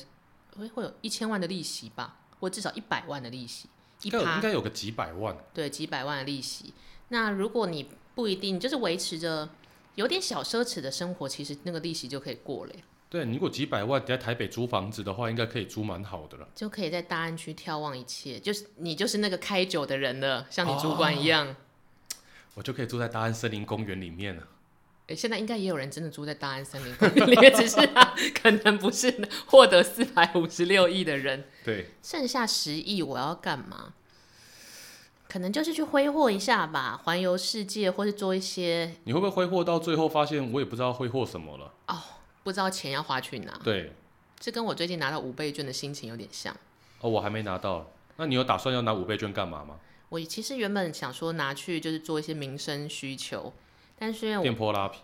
A: 会会有一千万的利息吧，或至少一百万的利息，一
B: 哦应该有
A: 趴
B: 应该有个几百万，
A: 对，几百万的利息。那如果你不一定就是维持着有点小奢侈的生活，其实那个利息就可以过了耶，
B: 对，你如果几百万你在台北租房子的话，应该可以租蛮好的了。
A: 就可以在大安区眺望一切。就是你就是那个开酒的人了，像
B: 哦
A: 你主管一样。
B: 我就可以住在大安森林公园里面啊了。
A: 诶现在应该也有人真的住在大安森林公 园里面，只是他可能不是获得四百五十六亿的人，
B: 对，
A: 剩下十亿我要干嘛？可能就是去挥霍一下吧，环游世界，或是做一些
B: 你会不会挥霍到最后发现我也不知道挥霍什么了？
A: 不知道钱要花去哪。
B: 对，
A: 这跟我最近拿到五倍券的心情有点像。
B: 哦，我还没拿到。那你有打算要拿五倍券干嘛吗？
A: 我其实原本想说拿去就是做一些民生需求，但是因为
B: 电波 拉皮，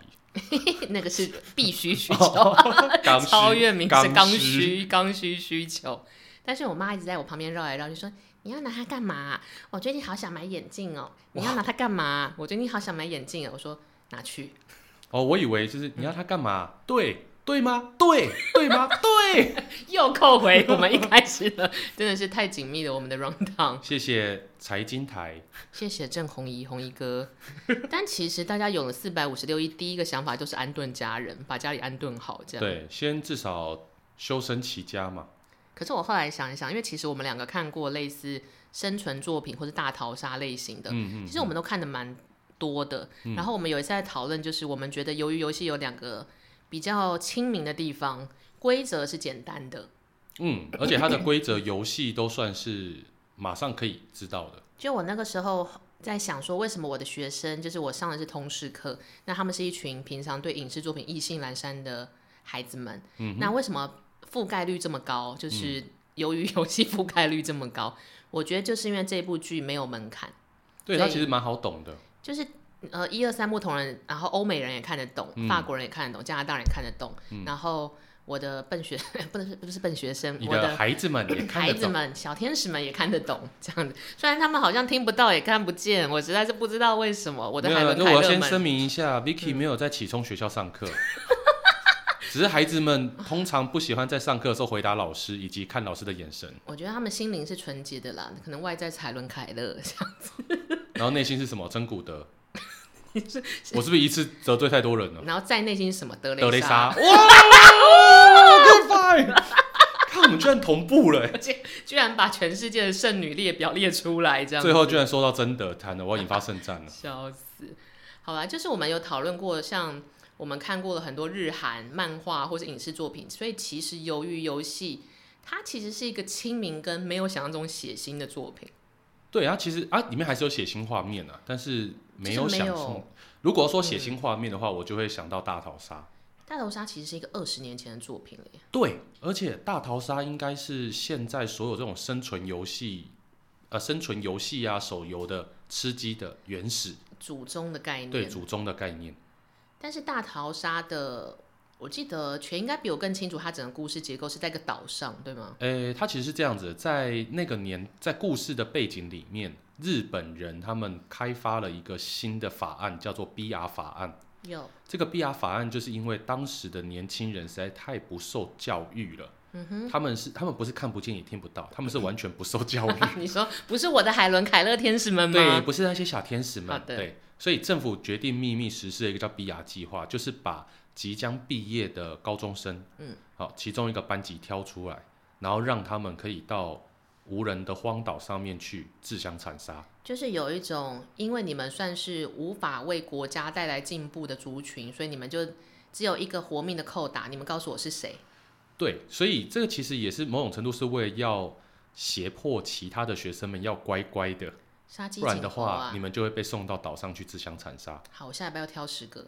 A: 我那个是必须需求，
B: 刚需
A: 超越民生刚
B: 刚
A: 需刚需需求。但是我妈一直在我旁边绕来绕去说：“你要拿它干嘛啊、我最近好想买眼镜哦，你要拿它干嘛啊、我最近好想买眼镜哦。”我说：“拿去。
B: 哦，我以为就是你要它干嘛？对对吗？对 对吗？对。”
A: 又扣回我们一开始的，真的是太紧密了我们的 round down。
B: 谢谢财经台，
A: 谢谢郑红怡红怡哥。但其实大家有了四百五十六亿，第一个想法就是安顿家人，把家里安顿好这样。
B: 对，先至少修身齐家嘛。
A: 可是我后来想一想，因为其实我们两个看过类似生存作品或者大逃杀类型的，
B: 嗯
A: 其实我们都看的蛮多的。然后我们有一次在讨论，就是我们觉得由于游戏有两个比较亲民的地方，规则是简单的，
B: 嗯，而且它的规则游戏都算是马上可以知道的。
A: 就我那个时候在想说，为什么我的学生，就是我上的是通识课，那他们是一群平常对影视作品意兴阑珊的孩子们，
B: 嗯
A: 那为什么覆盖率这么高？就是由于游戏覆盖率这么高，我觉得就是因为这部剧没有门槛，
B: 对，
A: 所
B: 它
A: 以
B: 其实蛮好懂的。
A: 就是。呃，一二三不同人，然后欧美人也看得懂，
B: 嗯
A: 法国人也看得懂，加拿大人也看得懂。然后我的笨学 不能是不是笨学生，
B: 你
A: 我的
B: 的孩子们也看
A: 孩
B: 得
A: 子
B: 懂，
A: 们、小天使们也看得懂这样子，虽然他们好像听不到也看不见，我实在是不知道为什么我的
B: 没
A: 海
B: 有，
A: 伦
B: 那
A: 凯
B: 我要
A: 勒
B: 先声
A: 们。嗯
B: 明一下，Vicky 没有在启聪学校上课， 只是孩子们通常不喜欢在上课的时候回答老师以及看老师的眼神，
A: 我觉得他们心灵是纯洁的啦，可能外在是海伦凯勒，
B: 然后内心是什么？真古德， 我是不是一次得罪太多人了？
A: 然后在内心是什么德
B: 嗯德雷
A: 莎
B: 莎，哇，Goodbye！看我们居然同步了欸，
A: 居然把全世界的剩女列表列出来，这样子
B: 最后居然说到真德，惨了，我要引发圣战了。
A: 笑死。好啦，就是我们有讨论过，像我们看过了很多日韩漫画或是影视作品，所以其实由于游戏，它其实是一个亲民跟没有想象中血腥的作品。
B: 对，它其实啊，里面还是有血腥画面啊，但是没有
A: 就是
B: 想
A: 没有
B: 象。如果说血腥画面的话，我就会想到大逃杀。
A: 大逃杀其实是一个二十年前的作品了耶，
B: 对，而且大逃杀应该是现在所有这种生存游戏，呃，生存游戏啊、手游的吃鸡的原始
A: 祖宗的概念。
B: 对祖宗的概念。
A: 但是大逃杀的，我记得全应该比我更清楚，它整个故事结构是在一个岛上，对吗？
B: 呃，它其实是这样子，在那个年，在故事的背景里面，日本人他们开发了一个新的法案，叫做 BR 法案。
A: 有，
B: 这个 BR 法案就是因为当时的年轻人实在太不受教育了，
A: 嗯
B: 他们是他们不是看不见也听不到，他们是完全不受教育。
A: 你说不是我的海伦凯勒天使们
B: 对，
A: 吗？
B: 不是那些小天使们
A: 好，的
B: 对，所以政府决定秘密实施了一个叫 BR 计划，就是把即将毕业的高中生，
A: 嗯，
B: 好，其中一个班级挑出来，然后让他们可以到无人的荒岛上面去自相残杀。
A: 就是有一种，因为你们算是无法为国家带来进步的族群，所以你们就只有一个活命的扣打。你们告诉我是谁？
B: 对，所以这个其实也是某种程度是为了要胁迫其他的学生们要乖乖的，
A: 杀鸡
B: 不然
A: 儆
B: 的
A: 猴
B: 话，
A: 啊
B: 你！们就会被送到岛上去自相残杀。
A: 好，我下礼拜要挑十个，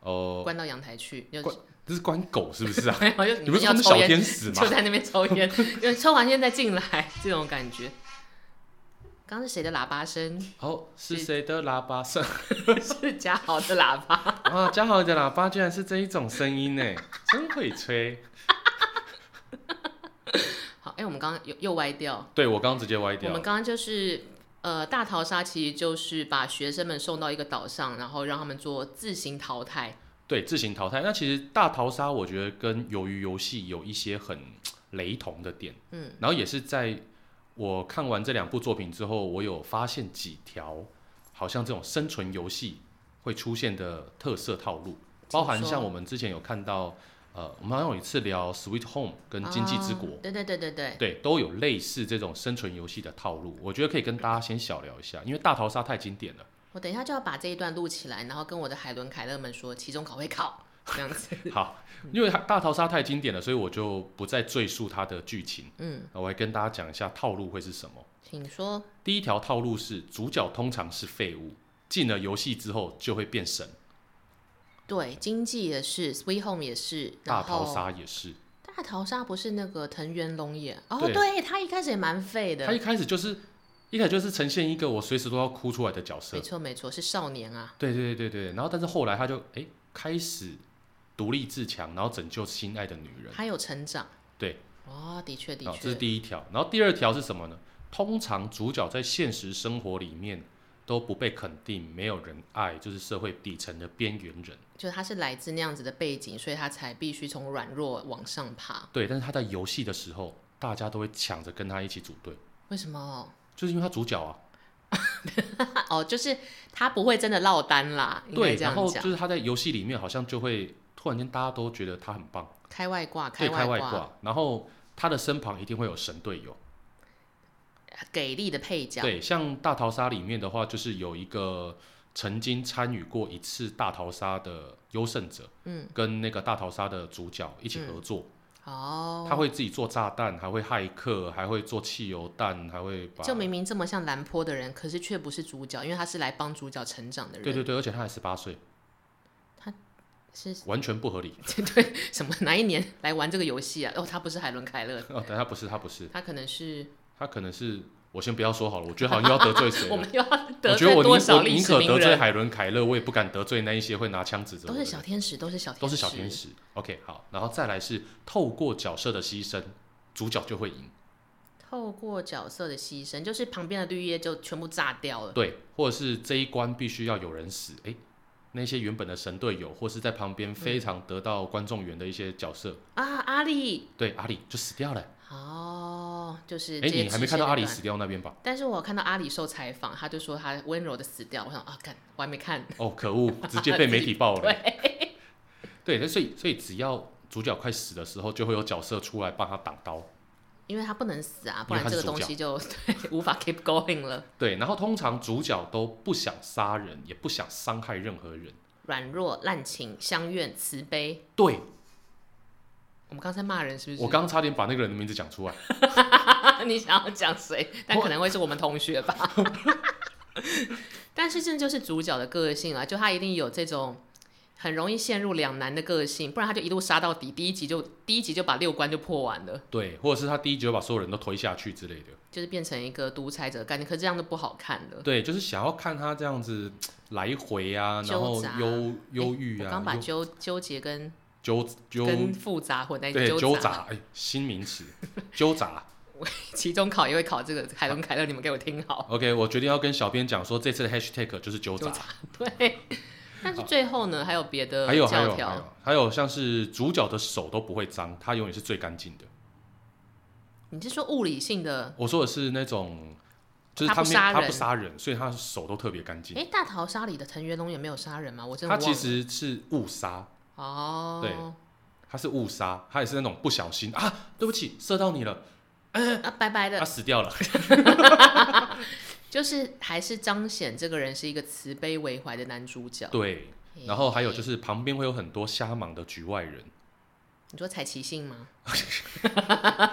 B: 哦、
A: 关到阳台去，就
B: 关这是关狗是不是啊
A: ？没有，就
B: 你不是
A: 要
B: 他们
A: 抽
B: 小
A: 烟
B: 天使吗
A: 就？在那边抽烟，就抽完烟再进来，这种感觉。刚刚是谁的喇叭声？
B: 哦，是谁的喇叭声？
A: 是嘉豪的喇叭。
B: 啊，嘉豪的喇叭居然是这一种声音呢，真会吹。
A: 好，哎、我们刚刚又又歪掉，
B: 对我刚刚直接歪掉
A: 我们
B: 了，
A: 刚刚就是呃，大逃杀其实就是把学生们送到一个岛上，然后让他们做自行淘汰。
B: 对，自行淘汰。那其实大逃杀，我觉得跟鱿鱼游戏有一些很雷同的点，
A: 嗯，
B: 然后也是在我看完这两部作品之后，我有发现几条好像这种生存游戏会出现的特色套路，包含
A: 怎么说
B: 像我们之前有看到，呃，我们好像有一次聊《Sweet Home》跟《经济之国》
A: 啊对对对对对，
B: 对，都有类似这种生存游戏的套路，我觉得可以跟大家先小聊一下，因为大逃杀太经典了。
A: 我等一下就要把这一段录起来，然后跟我的海伦凯勒们说，期中考会考这样 子。
B: 好，因为它大逃杀太经典了，所以我就不再赘述它的剧情。
A: 嗯，
B: 我来跟大家讲一下套路会是什么。
A: 请说。
B: 第一条套路是主角通常是废物，进了游戏之后就会变神。
A: 对，经济也是，Sweet Home 也是，
B: 大
A: 然后
B: 逃杀也是，
A: 大逃杀不是那个藤原龙也？哦，
B: 对
A: 对他一开始也蛮废
B: 他
A: 的
B: 一，开始就是一开始就是呈现一个我随时都要哭出来的角
A: 没
B: 色。
A: 错没错，是少年啊。
B: 对对对对对，然后但是后来他就哎开始独立自强，然后拯救心爱的女人。
A: 他有成长。
B: 对，
A: 哦，的确的
B: 好，啊这
A: 确，
B: 是第一条。然后第二条是什么呢？通常主角在现实生活里面都不被肯定，没有人爱，就是社会底层的边缘人。
A: 就他是来自那样子的背景，所以他才必须从软弱往上爬。
B: 对，但是他在游戏的时候，大家都会抢着跟他一起组队，
A: 为什么？
B: 就是因为他主角啊。
A: 哦，就是他不会真的落单啦，应该
B: 对，
A: 这样
B: 然后
A: 讲
B: 就。是他在游戏里面好像就会突然间大家都觉得他很棒，
A: 啊开外挂，
B: 对，开
A: 外
B: 外，挂。然后他的身旁一定会有神队友。
A: 给力的配角。
B: 对，像大逃杀里面的话，就是有一个曾经参与过一次大逃杀的优胜者，
A: 嗯，
B: 跟那个大逃杀的主角一起合作，
A: 哦，
B: 他会自己做炸弹，还会骇客，还会做汽油弹，还会把
A: 就明明这么像兰坡的人，可是却不是主角，因为他是来帮主角成长的人。
B: 对对对，而且他还十八岁，
A: 是
B: 完全不合 理。
A: 对什么哪一年来玩这个游戏啊？哦，他不是海伦凯勒，
B: 哦，但他不是，他不是，
A: 他可能是
B: 他可能是我先不要说好了，我觉 得好像又要得罪谁
A: 我
B: 了。
A: 们又要
B: 我
A: 得
B: 觉得
A: 罪
B: 我宁
A: 多
B: 我
A: 少历
B: 宁
A: 史
B: 可
A: 名
B: 得罪
A: 人？
B: 海伦凯勒，我也不敢得罪那一些会拿枪指着我
A: 都
B: 的
A: 是
B: 人。
A: 小天使，都是小天使，
B: 都是小天。使。OK，好，然后再来是透过角色的牺牲，主角就会赢，
A: 透过角色的牺牲，就是旁边的绿叶就全部炸掉了。
B: 对，或者是这一关必须要有人死，诶，那些原本的神队友，或是在旁边非常得到观众缘的一些角色，
A: 啊，阿丽，
B: 对，阿里就死掉了。
A: 哦，就是
B: 诶，
A: 这些
B: 哎你还没
A: 支
B: 看到
A: 线
B: 阿
A: 的
B: 里
A: 段
B: 死掉那边吧？
A: 但是我有看到阿里受采访，他就说他温柔的死掉。我想啊，干，我还没看。
B: 哦，可恶，直接被媒体爆了。
A: 对，
B: 对，那所以所以只要主角快死的时候，就会有角色出来帮他挡刀。
A: 因为他不能死啊，不
B: 因
A: 然
B: 为他
A: 这个
B: 是
A: 东西就 对无法 keep going 了。
B: 对，然后通常主角都不想杀人，也不想伤害任何人。
A: 软弱、滥情、相怨、慈悲。
B: 对
A: 我们刚才骂人是不是？
B: 我刚差点把那个人的名字讲出来。
A: 你想要讲谁？但可能会是我们同学 吧。但是这就是主角的个性啊，就他一定有这种很容易陷入两难的个性，不然他就一路杀到底，第一集就第一集就把六关就破完了，
B: 对，或者是他第一局就把所有人都推下去之类的。
A: 就是变成一个独裁者的概念。可是这样就不好看了。
B: 对，就是想要看他这样子来回啊，然后
A: 纠杂哎
B: 忧忧郁
A: 我
B: 啊
A: 刚，把纠纠结跟
B: 忧纠纠
A: 跟复杂混在一起，
B: 对
A: 纠
B: 纠
A: 杂。
B: 杂，哎，新名词纠杂。
A: 期中考也会考这个，凯伦凯勒，你们给我听好。
B: OK，我决定要跟小编讲说，这次的 hashtag 就是纠杂。
A: 对，但是最后呢，还有别的
B: 还有还
A: 呃教
B: 有还
A: 条。
B: 有还有，像是主角的手都不会脏，他永远是最干净的。
A: 你是说物理性的？
B: 我说的是那种，就是
A: 他
B: 他
A: 不
B: 没
A: 杀
B: 有他
A: 人
B: 不杀人，所以他手都特别干净。
A: 哎，大逃杀里的藤原龙也没有杀人吗？我真的
B: 他
A: 忘了。
B: 其实是误杀，
A: 哦，对，
B: 他是误杀，他也是那种不小心啊，对不起，射到你了，
A: 啊，拜拜
B: 他
A: 的，
B: 死掉了。
A: 就是还是彰显这个人是一个慈悲为怀的男主角。
B: 对，然后还有就是旁边会有很多瞎忙的局外人，
A: 你说采其性吗？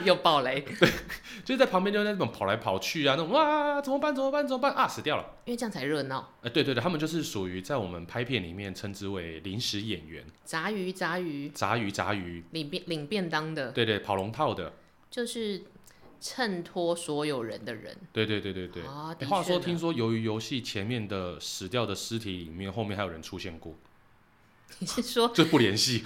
A: 又爆雷，
B: 就是在旁边就那种跑来跑去啊，那种哇怎么办怎么办怎么办啊死掉了。
A: 因为这样才热闹。
B: 哎、对对对，他们就是属于在我们拍片里面称之为临时演员，
A: 杂鱼杂鱼，
B: 杂鱼杂鱼，
A: 领便领便当的，
B: 对对，跑龙套的，
A: 就是衬托所有人的人。
B: 对对对对对。
A: 啊
B: 哎
A: 的确
B: 话说，
A: 呢
B: 听说由于游戏前面的死掉的尸体里面，后面还有人出现过，
A: 你是说，
B: 就不 联系。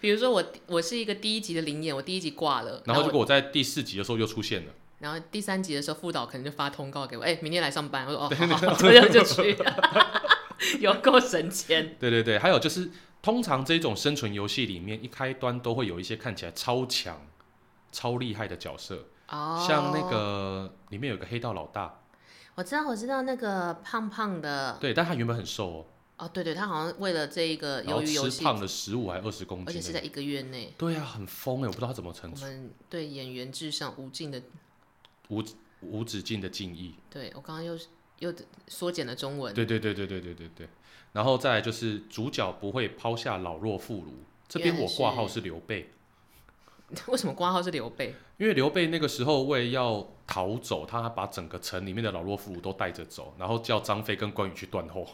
A: 比如说我我是一个第一集的灵眼，我第一集挂了，
B: 然后结
A: 我
B: 果我在第四集的时候又出现了，
A: 然后第三集的时候，副导可能就发通告给我，哎、明天来上班。我说哦，好好，好这样就去， 有够省钱。
B: 对对对，还有就是，通常这种生存游戏里面，一开端都会有一些看起来超强、超厉害的角色，
A: 哦，
B: 像那，个里面有个黑道老大，
A: 我知道，我知道那个胖胖的，
B: 对，但他原本很瘦哦，
A: 哦，对对，他好像为了这一个
B: 然
A: 鱿
B: 后
A: 鱼游
B: 吃
A: 戏，
B: 胖了十五还二十公
A: 而且
B: 斤
A: 是
B: 的，
A: 在一个月内。
B: 对啊，很疯哎、我不知道他怎么成
A: 我们对演员至上无尽的，
B: 无止境的敬意。
A: 对我刚刚又又缩减了中文，
B: 对对对对对对对对。然后再来就是主角不会抛下老弱妇孺，这边我挂号是刘备，
A: 为什么挂号是刘备？
B: 因为刘备那个时候为了要逃走，他把整个城里面的老弱妇孺都带着走，然后叫张飞跟关羽去断后。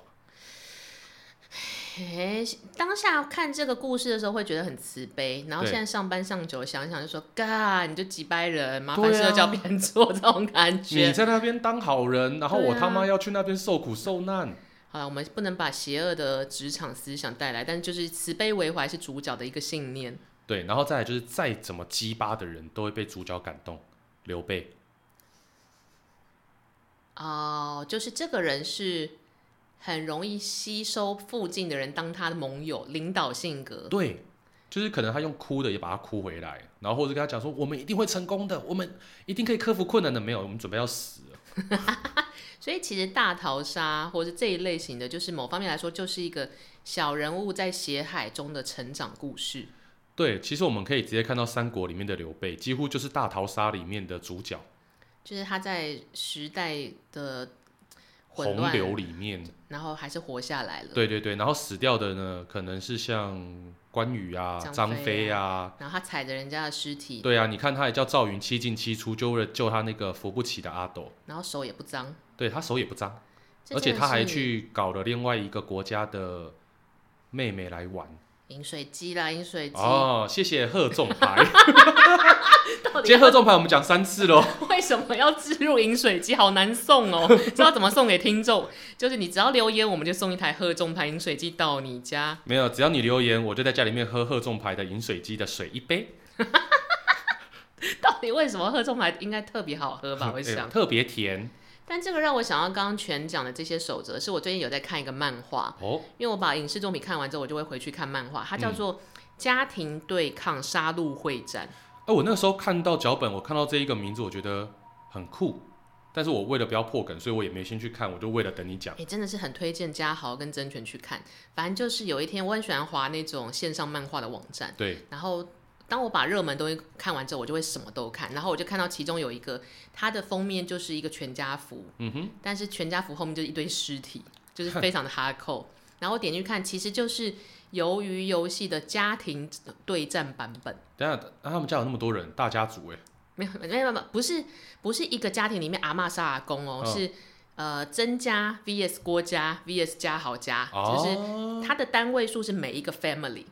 A: 哎，当下看这个故事的时候会觉得很慈悲，然后
B: 对
A: 现在上班上久了想一想就说，嘎，你就几百人，麻烦
B: 对啊
A: 社交编做这种感
B: 你
A: 觉。
B: 在那边当好人，然后我
A: 对啊
B: 他妈要去那边受苦受难。
A: 好了，我们不能把邪恶的职场思想带来，但就是慈悲为怀是主角的一个信念。
B: 对，然后再来就是再怎么鸡巴的人都会被主角感动。刘备，
A: 哦，就是这个人是很容易吸收附近的人当他的盟友，领导性格。
B: 对，就是可能他用哭的也把他哭回来，然后或者跟他讲说我们一定会成功的，我们一定可以克服困难的。没有，我们准备要死了。
A: 所以其实大逃杀或是这一类型的，就是某方面来说，就是一个小人物在血海中的成长故事。
B: 对，其实我们可以直接看到三国里面的刘备，几乎就是大逃杀里面的主角，
A: 就是他在时代的混
B: 洪流
A: 乱，
B: 里面。
A: 然后还是活下来了。
B: 对对对，然后死掉的呢，可能是像关羽啊、
A: 张
B: 张
A: 飞
B: 飞啊，
A: 然后他踩着人家的尸体，
B: 对啊，你看他也叫赵云七进七出，就为了救他那个扶不起的阿斗。
A: 然后手也不脏，
B: 对他手也不脏，
A: 这
B: 而且
A: 真的
B: 他还
A: 是
B: 去搞了另外一个国家的妹妹来玩。
A: 饮水机啦，饮水机。
B: 哦，谢谢贺仲 牌。
A: 到底
B: 今天贺仲牌我们讲三次喽。
A: 为什么要置入饮水机？好难送哦， 知道怎么送给听众？就是你只要留言，我们就送一台贺众牌饮水机到你家。
B: 没有，只要你留言，我就在家里面喝贺仲牌的饮水机的水一杯。
A: 到底为什么贺众牌应该特别好喝吧？我想
B: 哎。特别甜
A: 但这个让我想到刚刚全讲的这些守则，是我最近有在看一个漫画，
B: 哦。
A: 因为我把影视作品看完之后，我就会回去看漫画，它叫做《家庭对抗杀戮会战》。
B: 哎、我那个时候看到脚本，我看到这一个名字，我觉得很酷。但是我为了不要破梗，所以我也没先去看，我就为了等你讲。
A: 哎、真的是很推荐嘉豪跟真权去看。反正就是有一天，我很喜欢滑那种线上漫画的网站。
B: 对，
A: 然后当我把热门东西看完之后，我就会什么都看。然后我就看到其中有一个，它的封面就是一个全家福，
B: 嗯哼，
A: 但是全家福后面就是一堆尸体，就是非常的哈扣。 然后我点进去看，其实就是鱿鱼游戏的家庭对战版本。
B: 等一下啊他们家有那么多人，大家族哎、
A: 没有，没有，没有，没有不是不是一个家庭里面阿嬷杀阿公哦，
B: 嗯
A: 是呃曾家 VS 郭家 VS 家豪家，啊就是
B: 哦
A: 它的单位数是每一个 family。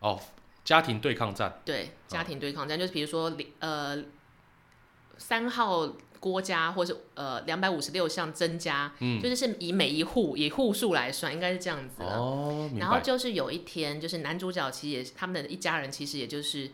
B: 哦，家庭对抗战，
A: 对家庭对抗战，就是比如说零呃三号郭家，或是呃两百五十六项增加，
B: 嗯，
A: 就是是以每一户以户数来算，应该是这样子啦。
B: 哦，明
A: 然后
B: 白，
A: 就是有一天，就是男主角其实也是他们的一家人，其实也就是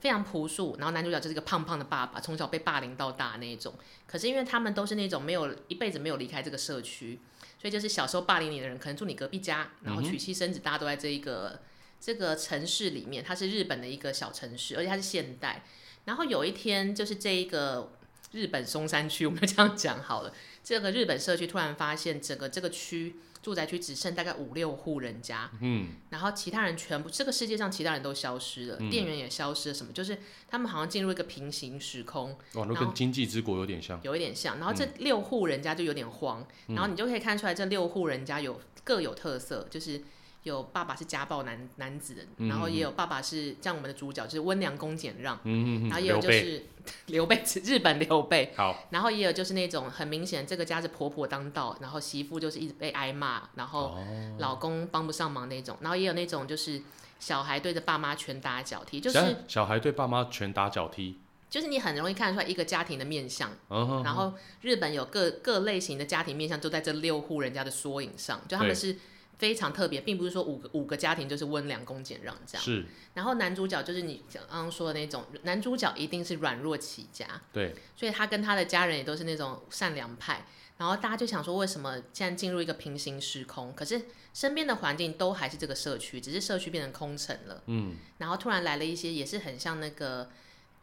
A: 非常朴素。然后男主角就是个胖胖的爸爸，从小被霸凌到大那一种。可是因为他们都是那种没有一辈子没有离开这个社区，所以就是小时候霸凌你的人，可能住你隔壁家，然后娶妻生子，大家都在这一
B: 嗯
A: 个这个城市里面。它是日本的一个小城市，而且它是现代。然后有一天，就是这一个日本松山区，我们就这样讲好了。这个日本社区突然发现，整个这个区住宅区只剩大概五六户人家，
B: 嗯，
A: 然后其他人全部，这个世界上其他人都消失了，
B: 嗯
A: 店员也消失了，什么就是他们好像进入一个平行时空，
B: 哇，那
A: 然后
B: 跟经济之国有点像，
A: 有一点像。然后这六户人家就有点慌，
B: 嗯
A: 然后你就可以看出来这六户人家有各有特色，就是有爸爸是家暴男男子的，
B: 嗯
A: 然后也有爸爸是像我们的主角就是温良恭俭让，
B: 嗯嗯
A: 然后
B: 嗯，
A: 也有
B: 刘
A: 就
B: 备，
A: 是 刘备日本刘备，
B: 好，
A: 然后也有就是那种很明显，这个家是婆婆当道，然后媳妇就是一直被挨骂，然后
B: 哦
A: 老公帮不上忙那种，然后也有那种就是小孩对着爸妈拳打脚踢，就
B: 等一
A: 是
B: 下小孩对爸妈拳打脚踢，
A: 就是你很容易看得出来一个家庭的面相。
B: 嗯哼，
A: 然后日本有各各类型的家庭面相都在这六户人家的缩影上，就他们
B: 对
A: 是非常特别，并不是说五个五个家庭就是温良恭俭让这样。
B: 是
A: 然后男主角就是你刚刚说的那种，男主角一定是软弱起家，
B: 对，
A: 所以他跟他的家人也都是那种善良派。然后大家就想说，为什么现在进入一个平行时空？可是身边的环境都还是这个社区，只是社区变成空城了。
B: 嗯，
A: 然后突然来了一些，也是很像那个《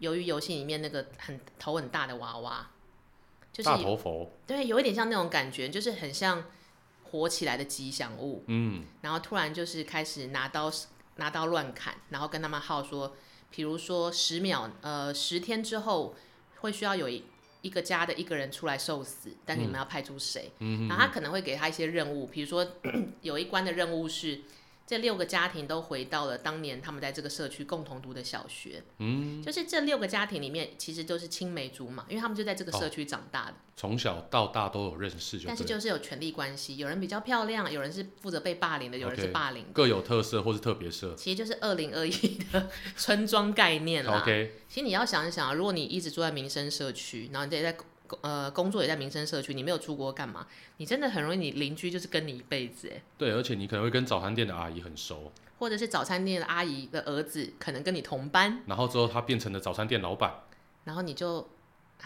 A: 鱿鱼游戏》里面那个很头很大的娃娃，就是
B: 大头佛，
A: 对，有一点像那种感觉，就是很像火起来的吉祥物。
B: 嗯，
A: 然后突然就是开始拿刀拿刀乱砍，然后跟他们耗说，比如说十秒呃十天之后会需要有一一个家的一个人出来受死，但你们要派出谁？
B: 嗯
A: 然后他可能会给他一些任务，比如说嗯有一关的任务是。这六个家庭都回到了当年他们在这个社区共同读的小学，
B: 嗯，
A: 就是这六个家庭里面其实都是青梅竹马，因为他们就在这个社区长大的。
B: 从小到大都有认识哦就
A: 但是
B: 对了，
A: 就是有权力关系，有人比较漂亮，有人是负责被霸凌的，有人是
B: OK
A: 霸凌的
B: 各有特色或是特别色。
A: 其实就是二零二一的村庄概念啦。
B: OK，
A: 其实你要想一想啊，如果你一直住在民生社区，然后你也在工呃工作也在民生社区，你没有出国干嘛？你真的很容易，你邻居就是跟你一辈子哎，
B: 对，而且你可能会跟早餐店的阿姨很熟，
A: 或者是早餐店的阿姨的儿子可能跟你同班，
B: 然后之后她变成了早餐店老板，
A: 然后你就。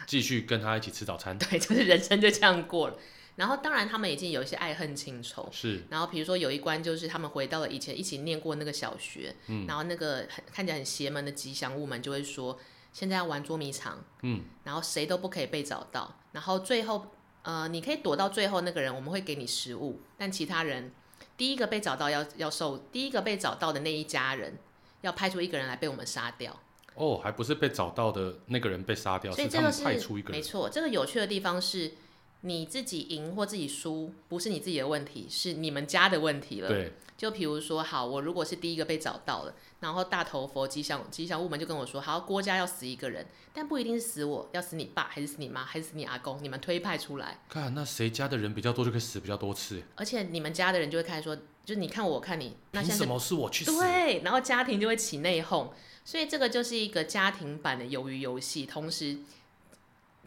B: 继续跟她一起吃早餐
A: 对，就是人生就这样过了。然后当然他们已经有一些爱恨情仇，
B: 是，
A: 然后比如说有一关就是他们回到了以前一起念过那个小学，
B: 嗯
A: 然后那个很看起来很邪门的吉祥物们就会说，现在要玩捉迷藏，
B: 嗯，
A: 然后谁都不可以被找到，然后最后呃你可以躲到最后那个人，我们会给你食物，但其他人第一个被找到要要受第一个被找到的那一家人。要派出一个人来被我们杀掉，
B: 哦，还不是被找到的那个人被杀掉，
A: 所以
B: 他
A: 这个
B: 们
A: 是
B: 派出一个
A: 没
B: 人。
A: 错。这个有趣的地方是，你自己赢或自己输，不是你自己的问题，是你们家的问题了。
B: 对，
A: 就比如说，好，我如果是第一个被找到了，然后大头佛吉祥吉祥物们就跟我说，好，郭家要死一个人，但不一定是死我，要死你爸，还是死你妈，还是死你阿公，你们推派出来，
B: 看那谁家的人比较多，就可以死比较多次。
A: 而且你们家的人就会开始说，就是你看我，我看你，那
B: 凭
A: 现
B: 什
A: 在
B: 么是我去
A: 是
B: 死？
A: 对，然后家庭就会起内讧，所以这个就是一个家庭版的鱿鱼游戏，同时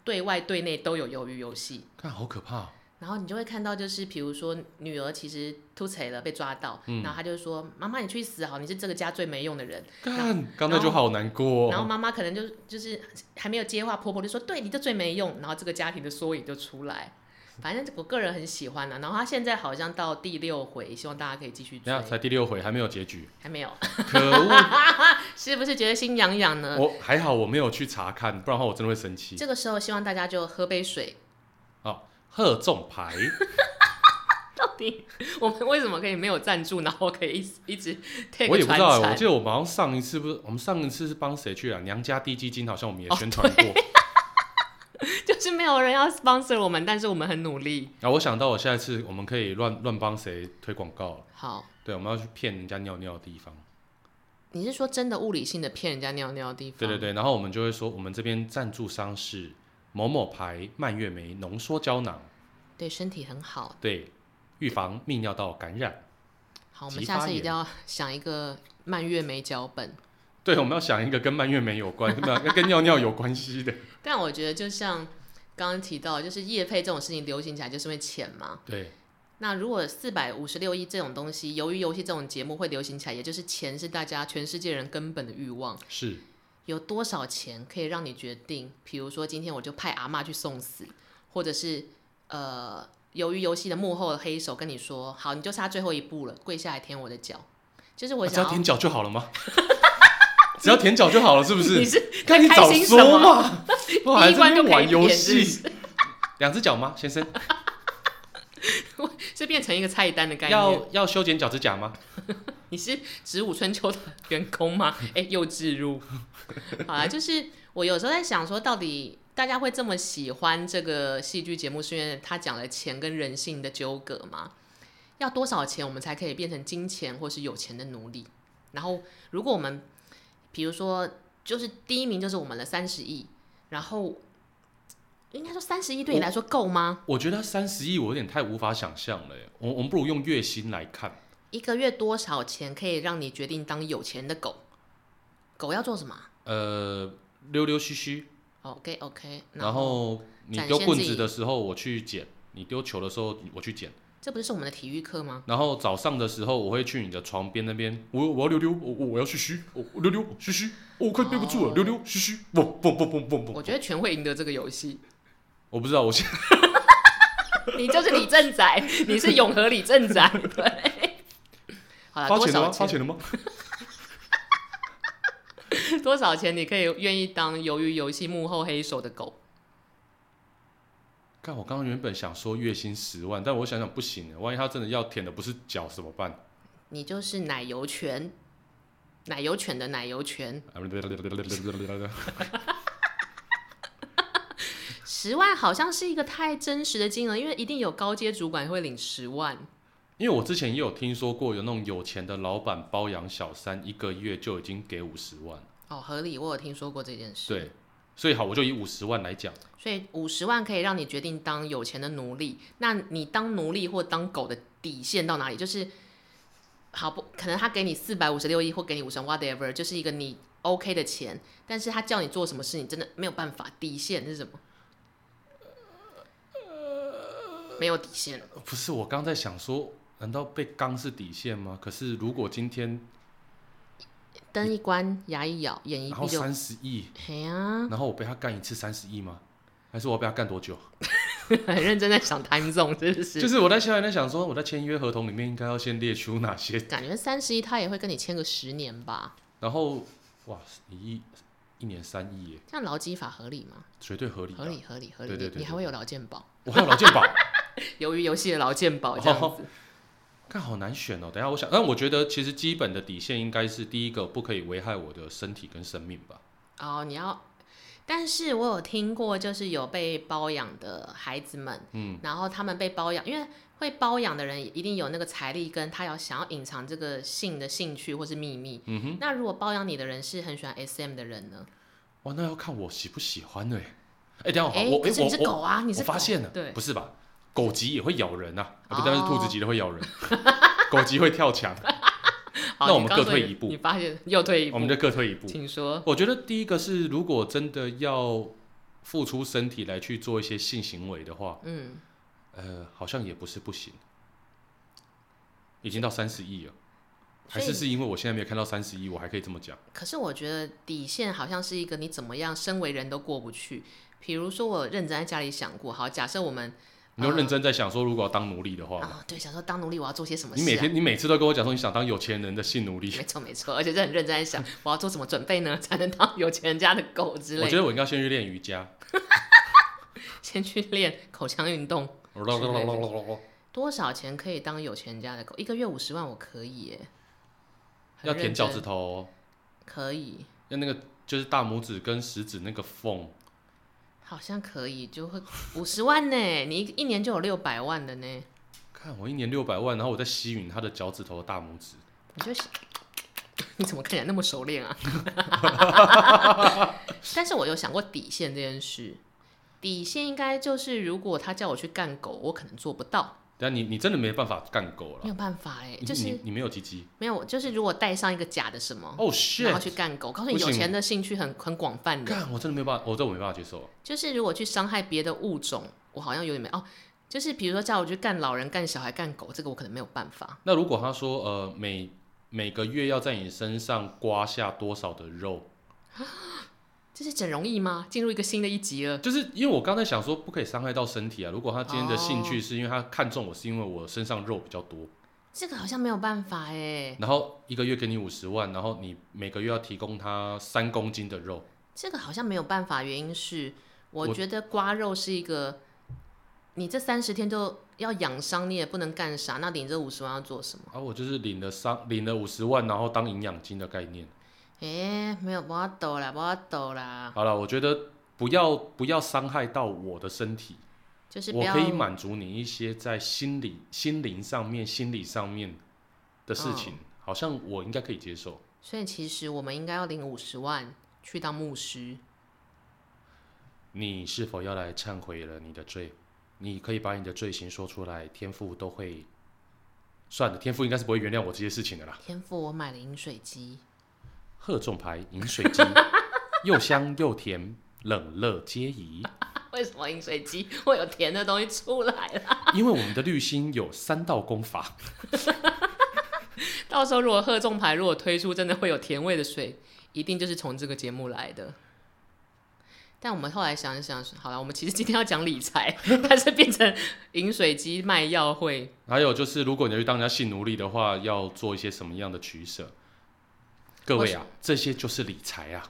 A: 对外对内都有鱿鱼游戏。
B: 看好可怕哦、
A: 然后你就会看到，就是比如说女儿其实突贼了被抓到，
B: 嗯
A: 然后她就说：“妈妈，你去死好，你是这个家最没用的人。”
B: 看，刚才就好难过
A: 然后
B: 哦。
A: 妈妈可能就就是还没有接话，婆婆就说：“对，你这最没用。”然后这个家庭的缩影就出来。反正我个人很喜欢的、啊然后他现在好像到第六回，希望大家可以继续追
B: 等。下才第六回还没有 结局，
A: 还没有，
B: 可恶！
A: 是不是觉得心痒痒呢？
B: 我还好我没有去查看，不然的话我真的会生气。
A: 这个时候希望大家就喝杯水。
B: 哦，贺仲牌，
A: 到底我们为什么可以没有赞助，然后可以一直一直 take
B: 我也不知道、
A: 传
B: 欸，我
A: 产
B: 记得我们好像上一次不是，我们上一次是帮谁去啊？娘家低基金好像我们也宣传过。
A: 哦 就是没有人要 sponsor 我们，但是我们很努力。
B: 然后、啊我想到我下一次我们可以乱乱帮谁推广告了。
A: 好，
B: 对，我们要去骗人家尿尿的地方。
A: 你是说真的物理性的骗人家尿尿的地方？
B: 对对对，然后我们就会说，我们这边赞助商是某某牌蔓越莓浓缩胶囊，
A: 对，身体很好。
B: 对，预防泌尿道感染。
A: 好，我们
B: 急
A: 下
B: 发
A: 次一
B: 言
A: 定要想一个蔓越莓脚本。
B: 对，我们要想一个跟蔓越莓有关， 跟跟跟尿尿有关系的。
A: 但我觉得就像刚刚提到，就是业配这种事情流行起来就是因为钱嘛。
B: 对，
A: 那如果四百五十六亿这种东西，由于游戏这种节目会流行起来，也就是钱是大家全世界人根本的欲望。
B: 是
A: 有多少钱可以让你决定？比如说今天我就派阿嬷去送死，或者是呃，由于游戏的幕后的黑手跟你说，好，你就差最后一步了，跪下来舔我的脚。就是我
B: 啊只要
A: 想要
B: 舔脚就好了吗？ 只要舔脚就好了，是不 是？
A: 你是
B: 看你
A: 在
B: 早
A: 开心什么
B: 说嘛！我还
A: 第一关
B: 在那
A: 就
B: 边
A: 可以
B: 玩游
A: 舔是不
B: 戏，两只脚吗，先生？
A: 是变成一个菜单的概念。
B: 要要修剪脚趾甲吗？
A: 你是植物春秋的员工 吗？哎、又置入。好啦，就是我有时候在想说，到底大家会这么喜欢这个戏剧节目，是因为它讲了钱跟人性的纠葛吗？要多少钱我们才可以变成金钱或是有钱的奴隶？然后，如果我们比如说，就是第一名就是我们的三十亿，然后应该说三十亿对你来说够吗？
B: 我觉得三十亿我有点太无法想象了耶。我我们不如用月薪来看。
A: 一个月多少钱可以让你决定当有钱的狗？狗要做什么啊？哦
B: 呃，溜溜须须，
A: OK OK，
B: 然后你
A: 展
B: 丢
A: 现
B: 棍
A: 自己
B: 子的时候我去捡，你丢球的时候我去捡，
A: 这不是我们的体育课吗？
B: 然后早上的时候，我会去你的床边那边，我我要溜溜，我我我要嘘嘘，我我溜溜嘘嘘，我快憋不住
A: 哦
B: 了，溜溜嘘嘘，蹦蹦蹦蹦蹦蹦。
A: 我觉得全会赢得这个游戏。
B: 我不知道，我现
A: 你就是李正仔，你是永和李正仔。对，好了，
B: 发
A: 呃多
B: 钱了
A: 少
B: 吗？发
A: 钱？
B: 钱了吗？
A: 多少钱？ 你可以愿意当鱿鱼游戏幕后黑手的狗？
B: 看我刚刚原本想说月薪十万，但我想想不行，欸万一他真的要舔的不是脚怎么办？
A: 你就是奶油犬，奶油犬的奶油犬，
B: 啊不对不对不对不对不对不对不对
A: 十万好像是一个太真实的金额，因为一定有高阶主管会领十万。
B: 因为我之前也有听说过有那种有钱的老板包养小三，一个月就已经给五十万，
A: 哦，合理，我有听说过这件事。
B: 对，所以好，我就以五十万来讲，
A: 所以五十万可以让你决定当有钱的奴隶。那你当奴隶或当狗的底线到哪里？就是好不可能他给你四百五十六亿或给你五十 whatever，就是一个你 OK 的钱，但是他叫你做什么事，你真的没有办法。底线是什么？没有底线。
B: 呃不是我刚在想说，难道被刚是底线吗？可是如果今天
A: 灯一关，牙一咬，眼一
B: 然
A: 闭
B: 后
A: 就嗯
B: 三十亿，
A: 嘿呀、
B: 然后我被他干一次三十亿吗？还是我要被他干多久？
A: 很认真在想 time zone，是不是？
B: 就是我在想，在想说，我在签约合同里面应该要先列出哪些
A: 感觉三十一他也会跟你签个十年吧，
B: 然后哇，一亿一年三亿耶，
A: 这样劳基法合理吗？
B: 绝对合理、啊。
A: 合，理，合理，合理。
B: 对对对
A: 你你还
B: 对
A: 会有劳健保。
B: 我还有劳 健保，
A: 由于游戏的劳健保这样子。
B: 看好难选哦。等一下我想，但我觉得其实基本的底线应该是第一个，不可以危害我的身体跟生命吧。
A: 哦你要，但是我有听过，就是有被包养的孩子们，
B: 嗯，
A: 然后他们被包养，因为会包养的人一定有那个财力，跟他要想要隐藏这个性的兴趣或是秘密。
B: 嗯哼，
A: 那如果包养你的人是很喜欢 SM 的人呢？
B: 哇，那要看我喜不喜欢呢、哎、等一下
A: 哎、
B: 我
A: 可是
B: 哎
A: 你是
B: 我我
A: 狗啊，你是
B: 我发
A: 狗
B: 现了，
A: 对
B: 不是吧？狗急也会咬人啊，啊不，
A: 哦
B: 但是兔子急的会咬 人，狗急会跳墙，
A: 好
B: 那
A: 你
B: 我们
A: 告
B: 各
A: 诉
B: 退
A: 你
B: 一步
A: 你发现又退一步，
B: 我们就各退一步。
A: 请说。
B: 我觉得第一个是，如果真的要付出身体来去做一些性行为的话，
A: 嗯，
B: 呃，好像也不是不行，已经到三十亿了，还
A: 所
B: 是
A: 以
B: 是因为我现在没有看到三十亿，我还可以这么讲。
A: 可是我觉得底线好像是一个你怎么样，身为人都过不去。比如说，我认真在家里想过，好，假设我们
B: 你就
A: 呃
B: 认真在想说，如果要当奴隶的话，
A: 啊，对，想说当奴隶我要做些什么事、啊？
B: 你每天你每次都跟我讲说你想当有钱人的性奴隶，
A: 没错没错，而且是很认真在 想我要做什么准备呢， 才能当有钱人家的狗之
B: 我
A: 类
B: 觉
A: 的。
B: 得我应该先去练瑜伽。
A: 先去练口腔运动，多少钱可以当有钱人家的狗？一个月五十万，我可以耶。很
B: 要舔
A: 认
B: 脚
A: 真
B: 趾头哦，
A: 可以，
B: 要那个就是大拇指跟食指那个缝，
A: 好像可以，就会五十万呢。你一一年就有六百万的呢，
B: 看我一年六百万，然后我再吸吮他的脚趾头的大拇指。
A: 你就 你怎么看起来那么熟练啊？ 但是我有想过底线这件事，底线应该就是如果他叫我去干狗，我可能做不到，
B: 但你你真的没办法干狗了嗯
A: 没，有办法哎，
B: 你
A: 就是
B: 你你没有鸡鸡。
A: 没有，就是如果带上一个假的什么，然
B: 哦
A: 后
B: shit！
A: 去干狗，告诉你
B: 不
A: 有
B: 行
A: 钱的兴趣很很广泛的，
B: 干，我真的没有办法，我这我没办法接受。
A: 就是如果去伤害别的物种，我好像有点没哦。就是比如说叫我去干老人、干小孩、干狗，这个我可能没有办法。
B: 那如果他说呃每每个月要在你身上刮下多少的肉，
A: 这是整容易吗？进入一个新的一集了。
B: 就是因为我刚才想说不可以伤害到身体啊。如果他今天的兴
A: 哦
B: 趣是因为他看中我是因为我身上肉比较多，
A: 这个好像没有办法哎，
B: 然后一个月给你五十万，然后你每个月要提供他三公斤的肉，
A: 这个好像没有办法，原因是我
B: 我
A: 觉得刮肉是一个，你这三十天就要养伤，你也不能干啥，那你这五十万要做什么？
B: 啊，我就是领了三领了五十万，然后当营养金的概念。
A: 哎，没有，不要抖啦，不要抖啦，
B: 好了，我觉得不要不要伤害到我的身体。
A: 就是不
B: 我
A: 要
B: 可以满足你一些在心理、心灵上面、心理上面的事
A: 哦
B: 情，好像我应该可以接受。
A: 所以其实我们应该要领五十万去当牧师。
B: 你是否要来忏悔了你的罪？你可以把你的罪行说出来，天父都会。算了，天父应该是不会原谅我这些事情的啦。
A: 天赋，我买了饮水机，
B: 贺仲牌饮水机，又香又甜，冷热皆宜。
A: 为什么饮水机 会有甜的东西出来啦？
B: 因为我们的滤芯有三道功法，
A: 到时候如果贺众牌如果推出真的会有甜味的水，一定就是从这个节目来的。但我们后来想一想，好了，我们其实今天要讲理财， 但是变成饮水机卖药会，
B: 还有就是如果你要去当人家性奴隶的话，要做一些什么样的取舍？各位啊，这些就是理财啊。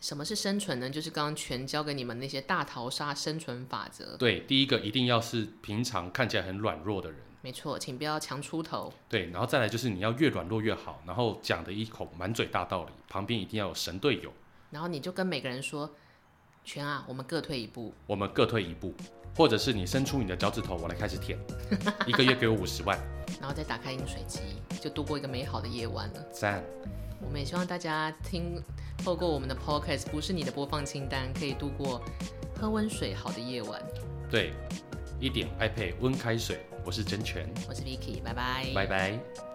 A: 什么是生存呢？就是刚刚全教给你们那些大逃杀生存法则。
B: 对，第一个一定要是平常看起来很软弱的人，
A: 没错，请不要强出头。
B: 对，然后再来就是你要越软弱越好，然后讲的一口满嘴大道理，旁边一定要有神队友，
A: 然后你就跟每个人说：“全啊，我们各退一步。
B: 我们各退一步，或者是你伸出你的脚趾头，我来开始舔，一个月给我五十万，”
A: 然后再打开饮水机，就度过一个美好的夜晚了。
B: 赞。
A: 我们也希望大家听，透过我们的 podcast，不是你的播放清单，可以度过喝温水好的夜晚。
B: 对，一点 iPad 温开水，我是真权，
A: 我是 Vicky，拜拜。
B: 拜拜。